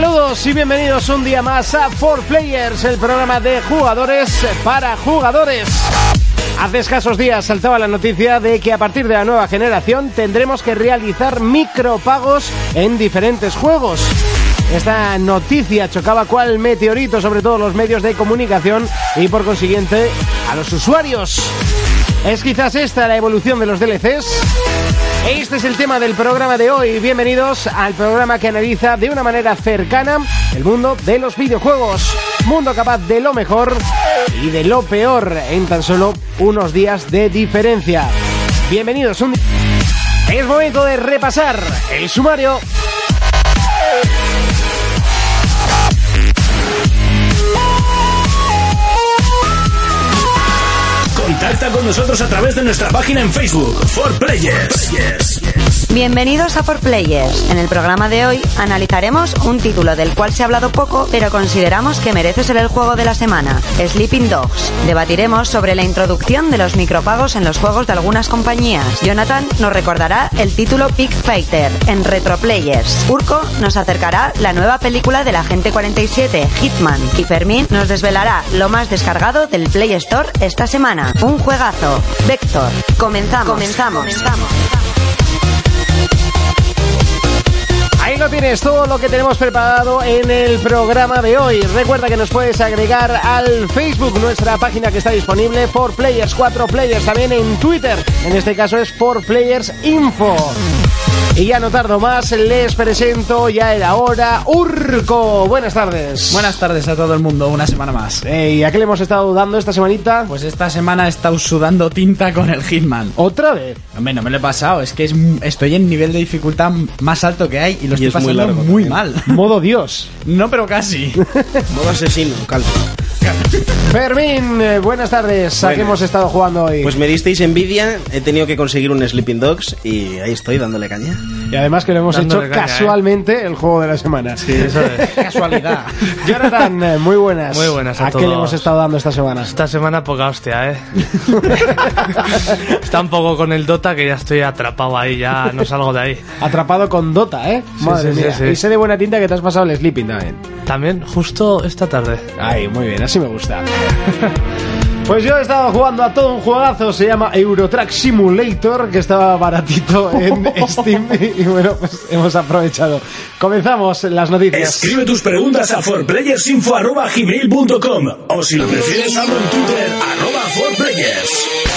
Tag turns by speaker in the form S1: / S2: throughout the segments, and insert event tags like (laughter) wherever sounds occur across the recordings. S1: todos y bienvenidos un día más a 4Players, el programa de jugadores para jugadores. Hace escasos días saltaba la noticia de que a partir de la nueva generación tendremos que realizar micropagos en diferentes juegos. Esta noticia chocaba cual meteorito sobre todos los medios de comunicación y por consiguiente a los usuarios. ¿Es quizás esta la evolución de los DLCs? Este es el tema del programa de hoy. Bienvenidos al programa que analiza de una manera cercana el mundo de los videojuegos. Mundo capaz de lo mejor y de lo peor en tan solo unos días de diferencia. Bienvenidos un... Es momento de repasar el sumario.
S2: Contacta con nosotros a través de nuestra página en Facebook, For Players.
S3: Bienvenidos a For Players. En el programa de hoy analizaremos un título del cual se ha hablado poco, pero consideramos que merece ser el juego de la semana, Sleeping Dogs. Debatiremos sobre la introducción de los micropagos en los juegos de algunas compañías. Jonathan nos recordará el título Big Fighter en Retro Players. Urco nos acercará la nueva película del agente 47, Hitman. Y Fermín nos desvelará lo más descargado del Play Store esta semana, un juegazo, Vector. Comenzamos. Comenzamos.
S1: Ahí lo tienes, todo lo que tenemos preparado en el programa de hoy. Recuerda que nos puedes agregar al Facebook, nuestra página que está disponible, por Players 4 Players, también en Twitter. En este caso es por Players Info. Y ya no tardo más, les presento, ya era hora, Urco. Buenas tardes.
S4: Buenas tardes a todo el mundo, una semana más.
S1: Ey, ¿A qué le hemos estado dando esta semanita?
S4: Pues esta semana he estado sudando tinta con el Hitman.
S1: ¿Otra vez?
S4: Hombre, no me lo he pasado, es que es, estoy en nivel de dificultad más alto que hay y lo estoy
S5: es muy
S4: pasando
S5: largo
S4: muy
S5: también.
S4: mal. (laughs)
S1: Modo Dios.
S4: No, pero casi.
S5: Modo asesino, calma.
S1: Fermín, eh, buenas tardes. ¿A qué
S5: Buenas.
S1: hemos estado jugando hoy?
S5: Pues me disteis envidia, he tenido que conseguir un Sleeping Dogs y ahí estoy dándole caña.
S1: y además que lo hemos hecho
S6: Dándole caña, ¿eh?
S1: casualmente el juego de la semana.
S6: Sí, eso
S1: (laughs)
S6: es.
S4: Casualidad.
S1: Jonathan, eh, muy buenas.
S6: Muy buenas a
S1: qué le
S6: todos.
S1: hemos estado dando esta semana?
S6: Esta semana poca hostia, ¿eh? (laughs) Está un poco con el Dota que ya estoy atrapado ahí, ya no salgo de ahí.
S1: Atrapado con Dota, ¿eh?
S6: Sí,
S1: Madre
S6: sí, sí,
S1: mía.
S6: sí.
S1: Y sé de buena tinta que te has pasado el Sleeping también.
S6: También justo esta tarde.
S1: Ay, muy bien, así me
S6: (laughs)
S1: gusta. Pues yo he estado jugando a todo un juegazo, se llama Eurotrack Simulator, que estaba baratito en
S6: (laughs)
S1: Steam y, y bueno, pues hemos aprovechado. Comenzamos las noticias.
S2: Escribe tus preguntas a forplayersinfo@gmail.com o si lo prefieres hablo en Twitter arroba forplayers.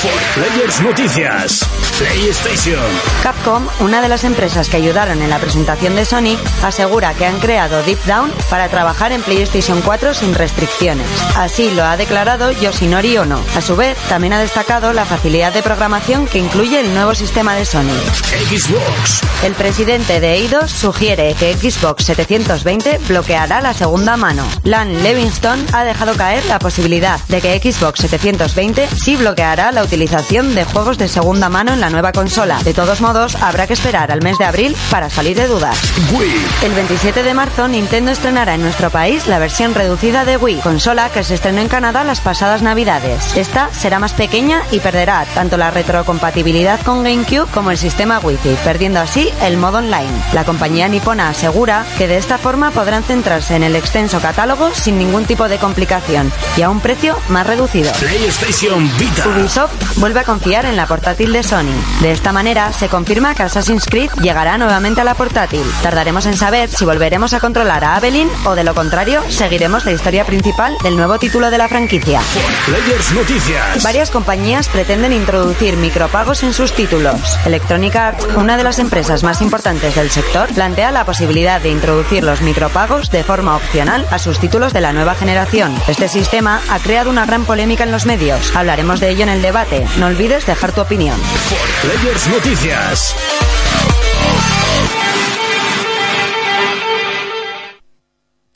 S2: Forplayers Noticias, PlayStation,
S3: Capcom, una de las empresas que ayudaron en la presentación de Sony, asegura que han creado Deep Down para trabajar en PlayStation 4 sin restricciones. Así lo ha declarado Yoshinori Ono. A su vez, también ha destacado la facilidad de programación que incluye el nuevo sistema de Sony.
S2: Xbox,
S3: El presidente de Eidos sugiere que Xbox 720 bloqueará la segunda mano. Lan Livingston ha dejado caer la posibilidad de que Xbox 720 sí bloqueará la utilización de juegos de segunda mano en la nueva consola. De todos modos, habrá que esperar al mes de abril para salir de dudas.
S2: Wii,
S3: El 27 de marzo, Nintendo estrenará en nuestro país la versión reducida de Wii, consola que se estrenó en Canadá las pasadas navidades. Esta será más pequeña y perderá tanto la retrocompatibilidad con GameCube como el sistema Wi-Fi, perdiendo así el modo online. La compañía nipona asegura que de esta forma podrán centrarse en el extenso catálogo sin ningún tipo de complicación y a un precio más reducido.
S2: PlayStation Vita,
S3: Ubisoft vuelve a confiar en la portátil de Sony. De esta manera, se confirma que Assassin's Creed llegará nuevamente a la portátil. Tardaremos en saber si volveremos a controlar a Abelin o, de lo contrario, seguiremos la historia principal del nuevo título de la franquicia.
S2: Players Noticias,
S3: Varias compañías pretenden introducir micropagos en sus títulos. Electronic Arts, una de las empresas más importantes del sector, plantea la posibilidad de introducir los micropagos de forma opcional a sus títulos de la nueva generación. Este sistema ha creado una gran polémica en los medios. Hablaremos de ello en el debate. No olvides dejar tu opinión.
S2: Players Noticias.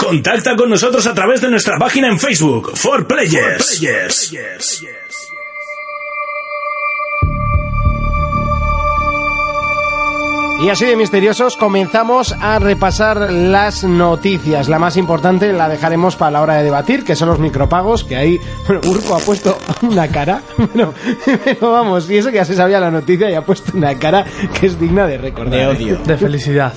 S2: Contacta con nosotros a través de nuestra página en Facebook, For Players. Players.
S1: Y así de misteriosos comenzamos a repasar las noticias. La más importante la dejaremos para la hora de debatir, que son los micropagos, que ahí bueno, Urco ha puesto una cara. (laughs) Bueno, pero vamos, y eso que ya se sabía la noticia y ha puesto una cara
S5: eh,
S1: que es digna de recordar. ¿eh?
S5: De odio.
S6: De felicidad.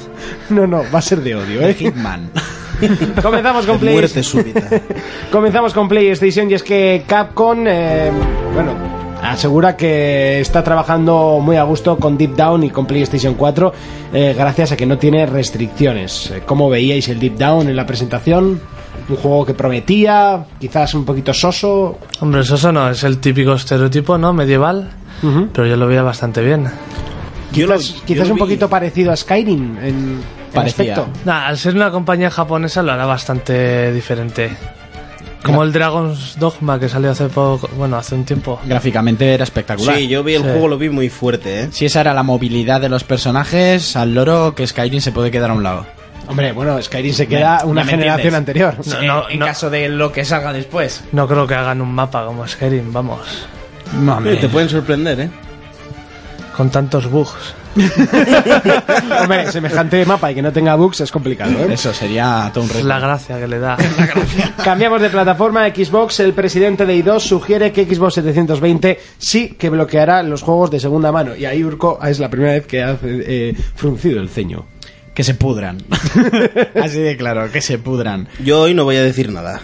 S1: No, no, va a ser de odio, ¿eh?
S4: Hitman.
S1: (laughs) Comenzamos con Play.
S5: Muerte súbita.
S1: Comenzamos con PlayStation y es que Capcom, eh, bueno, asegura que está trabajando muy a gusto con Deep Down y con PlayStation 4 eh, gracias a que no tiene restricciones. Eh, ¿Cómo veíais el Deep Down en la presentación? Un juego que prometía, quizás un poquito soso.
S6: Hombre, eso no es el típico estereotipo, ¿no? Medieval. Pero yo lo veía bastante bien.
S5: Yo lo-
S1: (laughs) Quizás,
S5: yo
S1: quizás
S5: lo
S1: un
S5: vi-
S1: poquito parecido a Skyrim en- en,
S4: Parecía.
S1: aspecto.
S6: Nah, al ser una compañía japonesa lo hará bastante diferente. Como el Dragon's Dogma que salió hace poco, bueno, hace un tiempo.
S4: Gráficamente era espectacular.
S5: Sí, yo vi el
S6: Sí.
S5: juego, lo vi muy fuerte, ¿eh?
S4: Si esa era la movilidad de los personajes, al loro que Skyrim se puede quedar a un lado.
S1: Hombre, bueno, Skyrim se queda
S4: Ya me
S1: una generación
S4: entiendes.
S1: anterior.
S6: No, no, no.
S4: de lo que salga después.
S6: No creo que hagan un mapa como Skyrim, vamos.
S4: Mame.
S5: Te pueden sorprender, ¿eh?
S6: Con tantos bugs.
S1: Hombre, semejante mapa y que no tenga bugs es complicado, ¿eh?
S4: Eso sería todo un
S6: Es
S4: reto.
S6: la gracia que le da.
S1: Cambiamos de plataforma Xbox. El presidente de i2 sugiere que Xbox 720 sí que bloqueará los juegos de segunda mano. Y ahí Urco es la primera vez que ha eh, fruncido el ceño.
S4: Que
S1: (laughs)
S4: se pudran. Así de claro, que se pudran.
S5: Yo hoy no voy a decir
S1: (laughs)
S5: nada.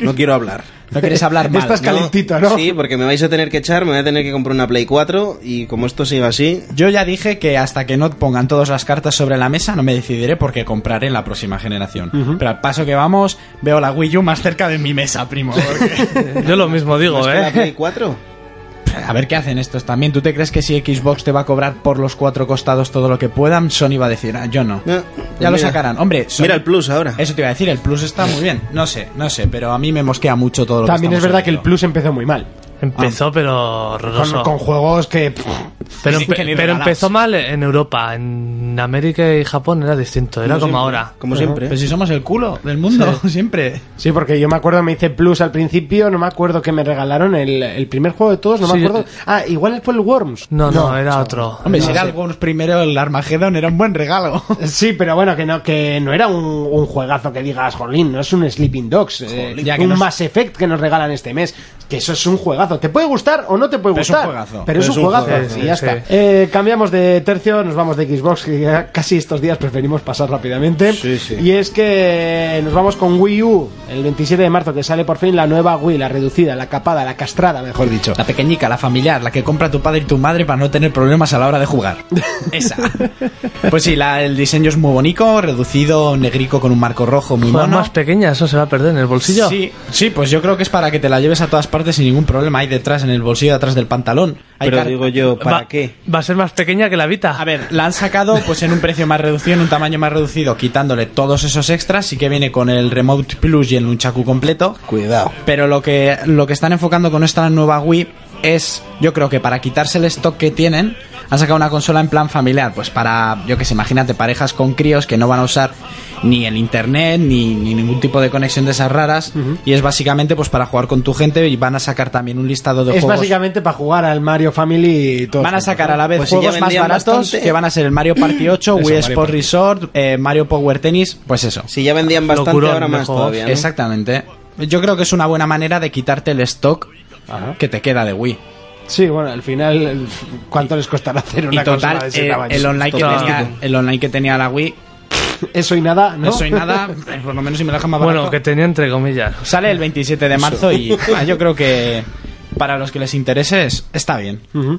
S5: No quiero hablar.
S4: No quieres hablar mal.
S1: Estás
S4: ¿no?
S1: calentito, ¿no?
S5: Sí, porque me vais a tener que echar, me voy a tener que comprar una Play 4 y como esto siga así,
S4: Yo ya dije que hasta que no pongan todas las cartas sobre la mesa no me decidiré porque compraré en la próxima generación. Pero al paso que vamos, veo la Wii U más cerca de mi mesa, primo.
S1: (laughs)
S4: porque-
S6: Yo lo mismo digo,
S5: ¿más que la
S6: ¿eh?
S5: Play (laughs) 4?
S4: a ver qué hacen estos también. ¿Tú te crees que si Xbox te va a cobrar por los cuatro costados todo lo que puedan? Sony va a decir, ah, yo no.
S5: No, pues
S4: ya lo
S5: mira.
S4: sacarán. Hombre, Sony-
S5: Mira el Plus ahora.
S4: Eso te iba a decir, el Plus está muy bien. No sé, no sé, pero a mí me mosquea mucho todo lo
S1: También
S4: que
S1: es
S4: estamos
S1: verdad que el
S4: oyendo.
S1: Plus empezó muy mal.
S6: Empezó, pero
S1: Con,
S6: horroroso.
S1: con juegos que... pff,
S6: Pero,
S4: Dicen que
S6: empe-
S4: ni
S6: pero
S4: regalados.
S6: empezó mal en Europa. En América y Japón era distinto. Era como ahora.
S5: Como siempre.
S1: Pues
S4: Pero si somos el culo del mundo, (laughs) siempre.
S1: sí, porque yo me acuerdo, me hice Plus al principio, no me acuerdo que me regalaron el, el primer juego de todos, no
S6: Sí,
S1: me
S6: yo
S1: acuerdo... Ah, igual fue el Worms.
S6: No, no, era otro.
S4: Hombre, si
S6: No
S4: era
S6: sé.
S4: algo primero el Armagedón era un buen regalo.
S2: (laughs)
S1: Sí, pero bueno, que no, que no era un, un juegazo que digas, jolín, no es un Sleeping Dogs, eh,
S4: Jolín, ya que
S1: un
S4: nos-
S1: Mass Effect que nos regalan este mes. Que eso es un juegazo. Te puede gustar o no te puede
S4: Pero es un
S1: gustar.
S4: juegazo.
S1: Pero es un juegazo.
S6: juegazo,
S1: y ya
S6: sí,
S1: está.
S6: sí.
S1: Eh, cambiamos de tercio, nos vamos de Xbox, que ya casi estos días preferimos pasar rápidamente.
S5: Sí, sí.
S1: Y es que nos vamos con Wii U, el 27 de marzo, que sale por fin la nueva Wii, la reducida, la capada, la castrada, mejor dicho.
S4: La pequeñica, la familiar, la que compra tu padre y tu madre para no tener problemas a la hora
S5: (laughs)
S4: de jugar. Esa. Pues sí, la- el diseño es muy bonito, reducido, negrico con un marco rojo muy
S6: Juega
S4: mono.
S6: más pequeña, eso se va a perder en el bolsillo.
S4: Sí, sí, pues yo creo que es para que te la lleves a todas partes sin ningún problema. Ahí detrás, en el bolsillo, detrás del pantalón. Hay
S5: Pero
S4: car-
S5: digo yo, ¿para
S6: va,
S5: qué?
S6: Va a ser más pequeña que la Vita.
S4: A ver, la han sacado pues en un precio más reducido, en un tamaño más reducido, quitándole todos esos extras. Sí que viene con el Remote Plus y el Nunchaku completo.
S5: Cuidado.
S4: Pero lo que, lo que están enfocando con esta nueva Wii es, yo creo que para quitarse el stock que tienen, han sacado una consola en plan familiar. Pues para, yo que sé, imagínate parejas con críos que no van a usar ni el internet ni, ni ningún tipo de conexión de esas raras. Y es básicamente pues para jugar con tu gente y van a sacar también un listado de
S1: es
S4: juegos.
S1: básicamente para jugar al Mario Family y todo.
S4: Van a
S1: junto,
S4: sacar
S1: ¿no?
S4: a la vez
S5: Pues si ya
S4: juegos más
S5: vendían
S4: baratos
S5: bastante.
S4: que van a ser el Mario Party 8, Wii Sport Resort, eh, Mario Power Tennis, pues eso.
S5: Si ya vendían bastante,
S6: Locurón
S5: ahora
S6: de
S5: más
S6: juegos.
S5: todavía. ¿no?
S4: Exactamente. Yo creo que es una buena manera de quitarte el stock que te queda de Wii.
S1: Sí, bueno, al final, el- ¿cuánto les costará hacer
S4: Y
S1: una
S4: total,
S1: consola de ese
S4: eh,
S1: tamaño?
S4: el, online que
S6: Total.
S4: tenía, el online que tenía la Wii,
S1: Eso y nada, ¿no?
S4: no soy
S1: (laughs)
S4: nada, eh, por lo menos si me lo dejan más
S6: Bueno,
S4: barato.
S6: que tenía entre comillas.
S4: Sale el 27 de marzo y ah, yo creo que para los que les interese es- está bien.
S1: Ujú.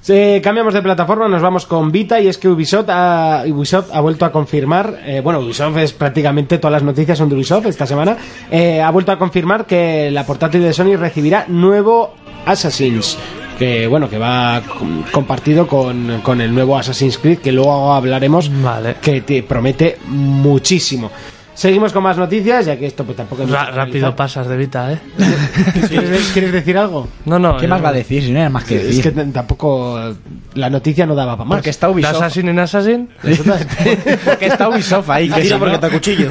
S1: Sí, cambiamos de plataforma, nos vamos con Vita y es que Ubisoft ha, Ubisoft ha vuelto a confirmar, eh, bueno, Ubisoft es prácticamente todas las noticias son de Ubisoft esta semana, eh, ha vuelto a confirmar que la portátil de Sony recibirá nuevo Assassin's, que bueno, que va com- compartido con, con el nuevo Assassin's Creed, que luego hablaremos,
S6: Vale.
S1: que te promete muchísimo. Seguimos con más noticias, ya que esto pues tampoco es...
S6: Ra-
S1: mucho que
S6: rápido
S1: analizar.
S6: pasas de Vita, ¿eh?
S1: (laughs) ¿Quieres, quieres decir algo?
S6: No, no.
S4: ¿Qué
S6: yo-
S4: más va a decir si no hay más que
S1: Es
S4: decir? (laughs)
S1: que t- tampoco eh, la noticia no daba para más.
S4: porque está
S6: ¿De
S4: Ubisoft.
S6: Assassin en Assassin?
S4: porque está Ubisoft ahí. Que
S5: Tira
S4: si
S5: porque
S4: no-
S5: te
S4: (laughs)
S5: acuchillo.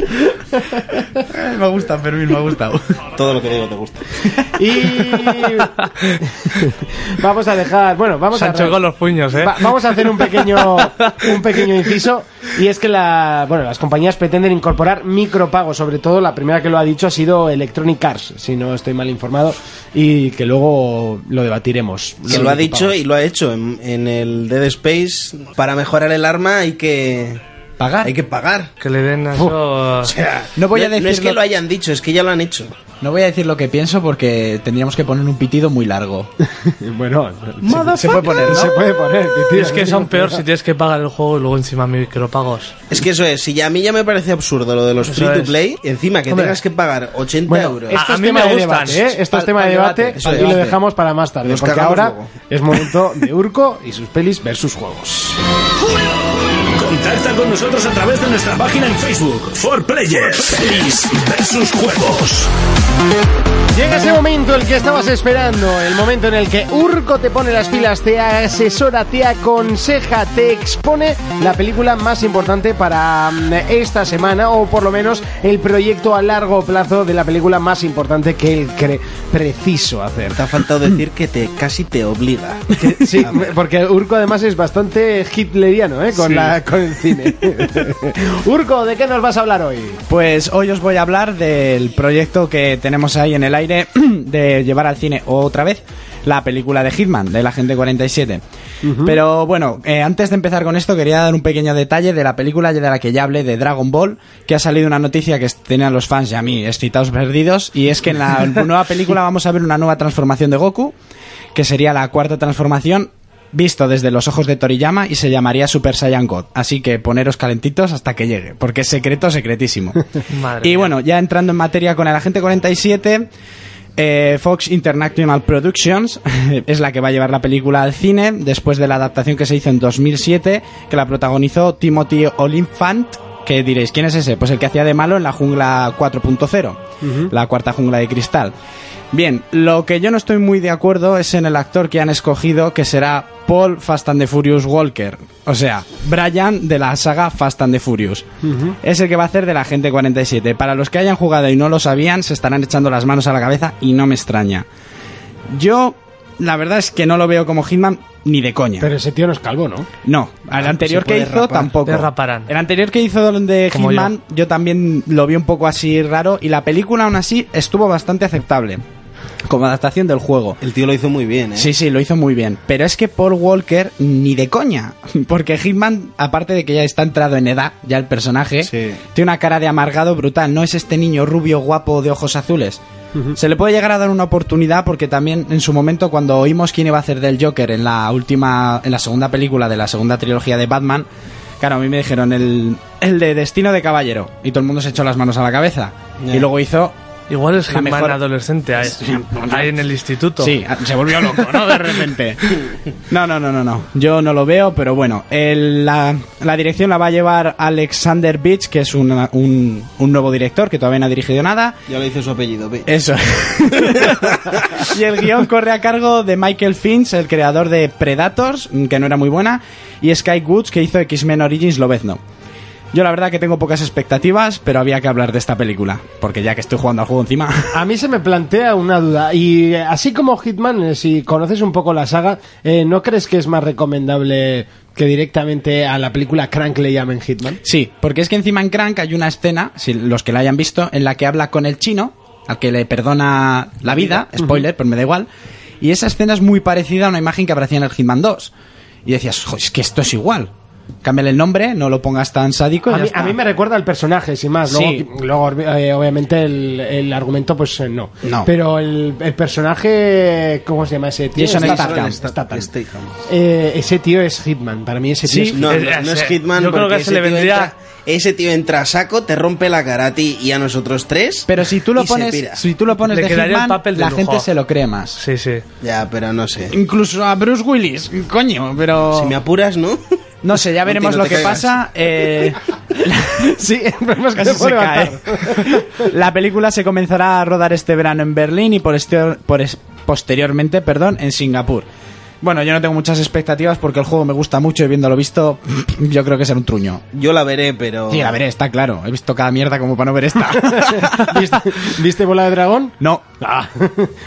S4: Eh, Me gusta, Fermín, me ha gustado.
S5: Todo lo que digo te gusta.
S1: Y
S6: (laughs)
S1: vamos a dejar, bueno, vamos
S6: Sancho
S1: a
S6: con los puños, ¿eh?
S1: Va- vamos a hacer un
S6: (laughs)
S1: pequeño un pequeño inciso y es que la, bueno, las compañías pretenden incorporar micropagos, sobre todo la primera que lo ha dicho ha sido Electronic Arts, si no estoy mal informado y que luego lo debatiremos.
S5: Que lo ha dicho y lo ha hecho en, en el Dead Space. Para mejorar el arma hay que
S4: pagar.
S5: Hay que pagar.
S6: Que le den a
S4: Fu.
S6: eso-
S5: O sea,
S4: No voy a decir
S5: es que
S4: Ah. lo-
S5: lo hayan dicho, es que ya lo han hecho.
S4: No voy a decir lo que pienso porque tendríamos que poner un pitido muy largo.
S1: (laughs) Bueno, se,
S4: se puede poner, ¿no?
S1: se puede poner. tío.
S6: Es que son peor si tienes que pagar el juego y luego encima micropagos.
S5: Es que eso es, si ya a mí ya me parece absurdo lo de los
S6: Eso
S5: free to
S6: es.
S5: play, encima que
S6: Hombre.
S5: tengas que pagar 80
S1: Bueno,
S5: euros.
S1: Esto
S6: A- a
S1: es
S6: mí
S1: tema
S6: me
S1: de
S6: gustan.
S1: debate, ¿eh? Esto
S4: Pa'l-
S1: es tema de
S4: pa'l
S1: debate,
S4: debate, eso
S1: y
S4: de
S1: lo
S4: debate.
S1: dejamos para más tarde,
S5: Nos
S1: porque
S5: cagamos
S1: ahora
S5: luego.
S1: es momento de Urco y sus pelis versus juegos.
S2: Contacta con nosotros a través de nuestra página en Facebook, For Players, Pelis versus Juegos.
S1: Llega ese momento el que estabas esperando, el momento en el que Urco te pone las pilas, te asesora, te aconseja, te expone la película más importante para mm, esta semana o por lo menos el proyecto a largo plazo de la película más importante que él cree preciso hacer.
S5: Te ha faltado decir que te casi te obliga.
S1: Sí, porque Urco además es bastante hitleriano, ¿eh? Con, la, con el cine. Urco, ¿de qué nos vas a hablar hoy?
S4: Pues hoy os voy a hablar del proyecto que tenemos ahí en el aire (clears throat) de llevar al cine otra vez la película de Hitman, de la gente 47. Pero bueno, eh, antes de empezar con esto quería dar un pequeño detalle de la película de la que ya hablé, de Dragon Ball, que ha salido una noticia que es- tenía a los fans y a mí excitados perdidos, y es que en la (laughs) nueva película vamos a ver una nueva transformación de Goku, que sería la cuarta transformación visto desde los ojos de Toriyama y se llamaría Super Saiyan God. Así que poneros calentitos hasta que llegue, porque es secreto, secretísimo.
S6: (laughs) Madre
S4: y
S6: mía.
S4: bueno, ya entrando en materia con el Agente 47, eh, Fox International Productions (laughs) es la que va a llevar la película al cine después de la adaptación que se hizo en 2007, que la protagonizó Timothy Olyphant. Que diréis, ¿quién es ese? Pues el que hacía de malo en la jungla 4.0, la cuarta jungla de cristal. Bien, lo que yo no estoy muy de acuerdo es en el actor que han escogido, que será Paul Fast and the Furious Walker. O sea, Brian de la saga Fast and the Furious. Es el que va a hacer de la gente 47. Para los que hayan jugado y no lo sabían, se estarán echando las manos a la cabeza y no me extraña. Yo, la verdad es que no lo veo como Hitman ni de coña.
S1: Pero ese tío no es calvo, ¿no?
S4: No, al anterior que
S5: Ah, puede
S4: hizo
S5: rapar.
S4: tampoco.
S6: Derraparán.
S4: El anterior que hizo donde
S6: Como
S4: Hitman, yo. también lo vi un poco así raro y la película aún así estuvo bastante aceptable como adaptación del juego.
S5: El tío lo hizo muy bien, ¿eh?
S4: Sí, sí, lo hizo muy bien. Pero es que Paul Walker ni de coña. (laughs) Porque Hitman, aparte de que ya está entrado en edad, ya el personaje,
S5: Sí.
S4: tiene una cara de amargado brutal. No es este niño rubio guapo de ojos azules. Se le puede llegar a dar una oportunidad porque también en su momento cuando oímos quién iba a hacer del Joker en la última, en la segunda película de la segunda trilogía de Batman, claro, a mí me dijeron el, el de Destino de Caballero y todo el mundo se echó las manos a la cabeza.
S5: Ya.
S4: Y luego hizo
S6: Igual es
S4: La
S6: Hitman
S4: mejor-
S6: adolescente ahí, ahí en el instituto.
S4: Sí, ah, se volvió loco, ¿no? De repente. No, no, no, no, no. Yo no lo veo, pero bueno. El- la, la dirección la va a llevar Alexander Beach, que es una- un, un nuevo director que todavía no ha dirigido nada.
S5: Ya lo hizo su apellido, ve.
S4: Eso. (laughs) y el guión corre a cargo de Michael Finch, el creador de Predators, que no era muy buena, y Sky Woods, que hizo X-Men Origins Lobezno. Yo la verdad que tengo pocas expectativas, pero había que hablar de esta película, porque ya que estoy jugando al juego encima...
S1: A mí se me plantea una duda. Y eh, así como Hitman, eh, si conoces un poco la saga, eh, ¿no crees que es más recomendable que directamente a la película Crank le llamen Hitman?
S4: Sí, porque es que encima en Crank hay una escena, si los que la hayan visto, en la que habla con el chino, al que le perdona la vida, spoiler, pero me da igual. Y esa escena es muy parecida a una imagen que aparecía en el Hitman 2. Y decías, "Jo, es que esto es igual. Cámbiale el nombre, no lo pongas tan sádico. y
S1: A
S4: ya
S1: mí,
S4: está".
S1: a mí me recuerda al personaje, sin más.
S4: Sí.
S1: Luego, luego, eh, obviamente, el, el argumento, pues eh, no.
S4: No.
S1: Pero el, el personaje, ¿cómo se llama ese tío?
S4: Jason
S1: Statham.
S4: Statham. Este
S1: Statham.
S5: Statham.
S1: Eh, ese tío es Hitman. Para mí ese tío es
S6: Sí,
S1: Hitman.
S5: No, no,
S6: Es-
S5: no
S6: ese-
S5: es Hitman.
S6: yo creo
S5: porque
S6: que se le
S5: ese tío
S6: vendría-
S5: entra- ese tío entra a saco, te rompe la cara a ti y a nosotros tres.
S4: Pero si tú lo
S5: y se
S4: pones,
S5: pira.
S4: si tú lo pones
S6: Le
S4: de
S6: quedaría el
S4: Hitman,
S6: papel de
S4: la
S6: lujo.
S4: gente se lo cree más.
S6: sí, sí.
S5: Ya, pero no sé.
S4: Incluso a Bruce Willis, coño, pero...
S5: Si me apuras, ¿no? (laughs)
S4: No sé, ya
S5: Monty,
S4: veremos
S5: no
S4: lo
S5: te
S4: que
S5: caigas.
S4: pasa.
S5: (laughs)
S4: eh, (laughs) la- sí, veremos
S1: que se puede
S4: La película se comenzará a rodar este verano en Berlín y por este- por es- posteriormente, perdón, en Singapur. Bueno, yo no tengo muchas expectativas porque el juego me gusta mucho y viéndolo visto, (clears throat) yo creo que será un truño.
S5: Yo la veré, pero.
S4: Sí, la veré, está claro. He visto cada mierda como para no
S5: (laughs)
S4: ver esta. (laughs)
S1: (laughs) ¿Viste, viste bola de dragón? (laughs)
S4: No,
S1: Ah,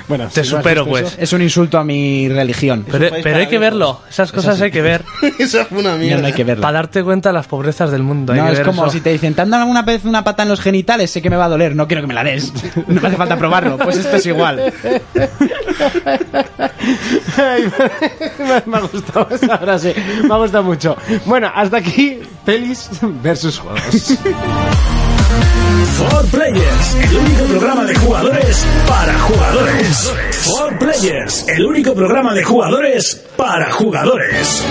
S1: bueno,
S6: Te
S1: si no has
S6: supero,
S1: visto
S6: pues.
S1: eso- (laughs)
S4: es un insulto a mi religión.
S6: Pero,
S5: país
S6: pero
S5: para
S6: hay que
S5: viejos.
S6: verlo. Esas cosas hay que ver.
S5: (laughs) Esa fue una
S4: Ya
S5: mierda.
S4: no hay que verla.
S6: Para darte cuenta de las pobrezas del mundo. hay
S4: No,
S6: que
S4: es
S6: ver
S4: como
S6: eso.
S4: si te dicen, te han dado alguna vez una pata en los genitales, sé que me va a doler, no quiero que me la des. (laughs) No me hace falta probarlo, pues esto es igual.
S1: Ay, me, me ha gustado esa frase, me ha gustado mucho. Bueno, hasta aquí
S7: Pelis versus juegos.
S2: For Players, el único programa de jugadores para jugadores. For Players, el único programa de jugadores para jugadores.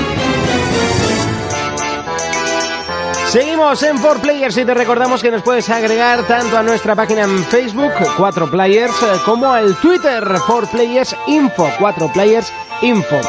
S1: Seguimos en 4Players y te recordamos que nos puedes agregar tanto a nuestra página en Facebook, 4Players, eh, como al Twitter, 4Players Info, 4Players Info.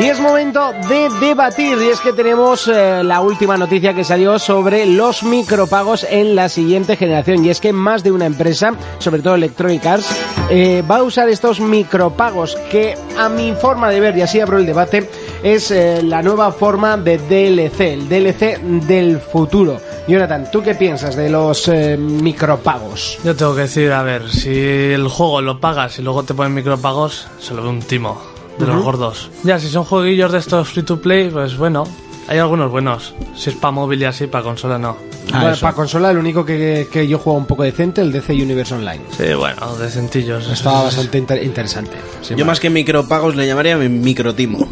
S1: Y es momento de debatir, y es que tenemos eh, la última noticia que salió sobre los micropagos en la siguiente generación, y es que más de una empresa, sobre todo Electronic Arts, eh, va a usar estos micropagos que a mi forma de ver, y así abro el debate, es eh, la nueva forma de DLC, el DLC del futuro. Jonathan, ¿tú qué piensas de los eh, micropagos?
S6: Yo tengo que decir, a ver, si el juego lo pagas y luego te ponen micropagos, se lo ve un timo de los gordos. Ya, si son jueguillos de estos free to play, pues bueno, hay algunos buenos. Si es para móvil y así, para consola no.
S4: Ah,
S1: Bueno,
S4: eso.
S1: para consola, el único que, que yo juego un poco decente, el DC Universe Online.
S6: Sí, bueno, de centillos.
S1: Estaba bastante inter- interesante. sin
S5: Yo
S1: más.
S5: más que micropagos le llamaría mi- microtimo.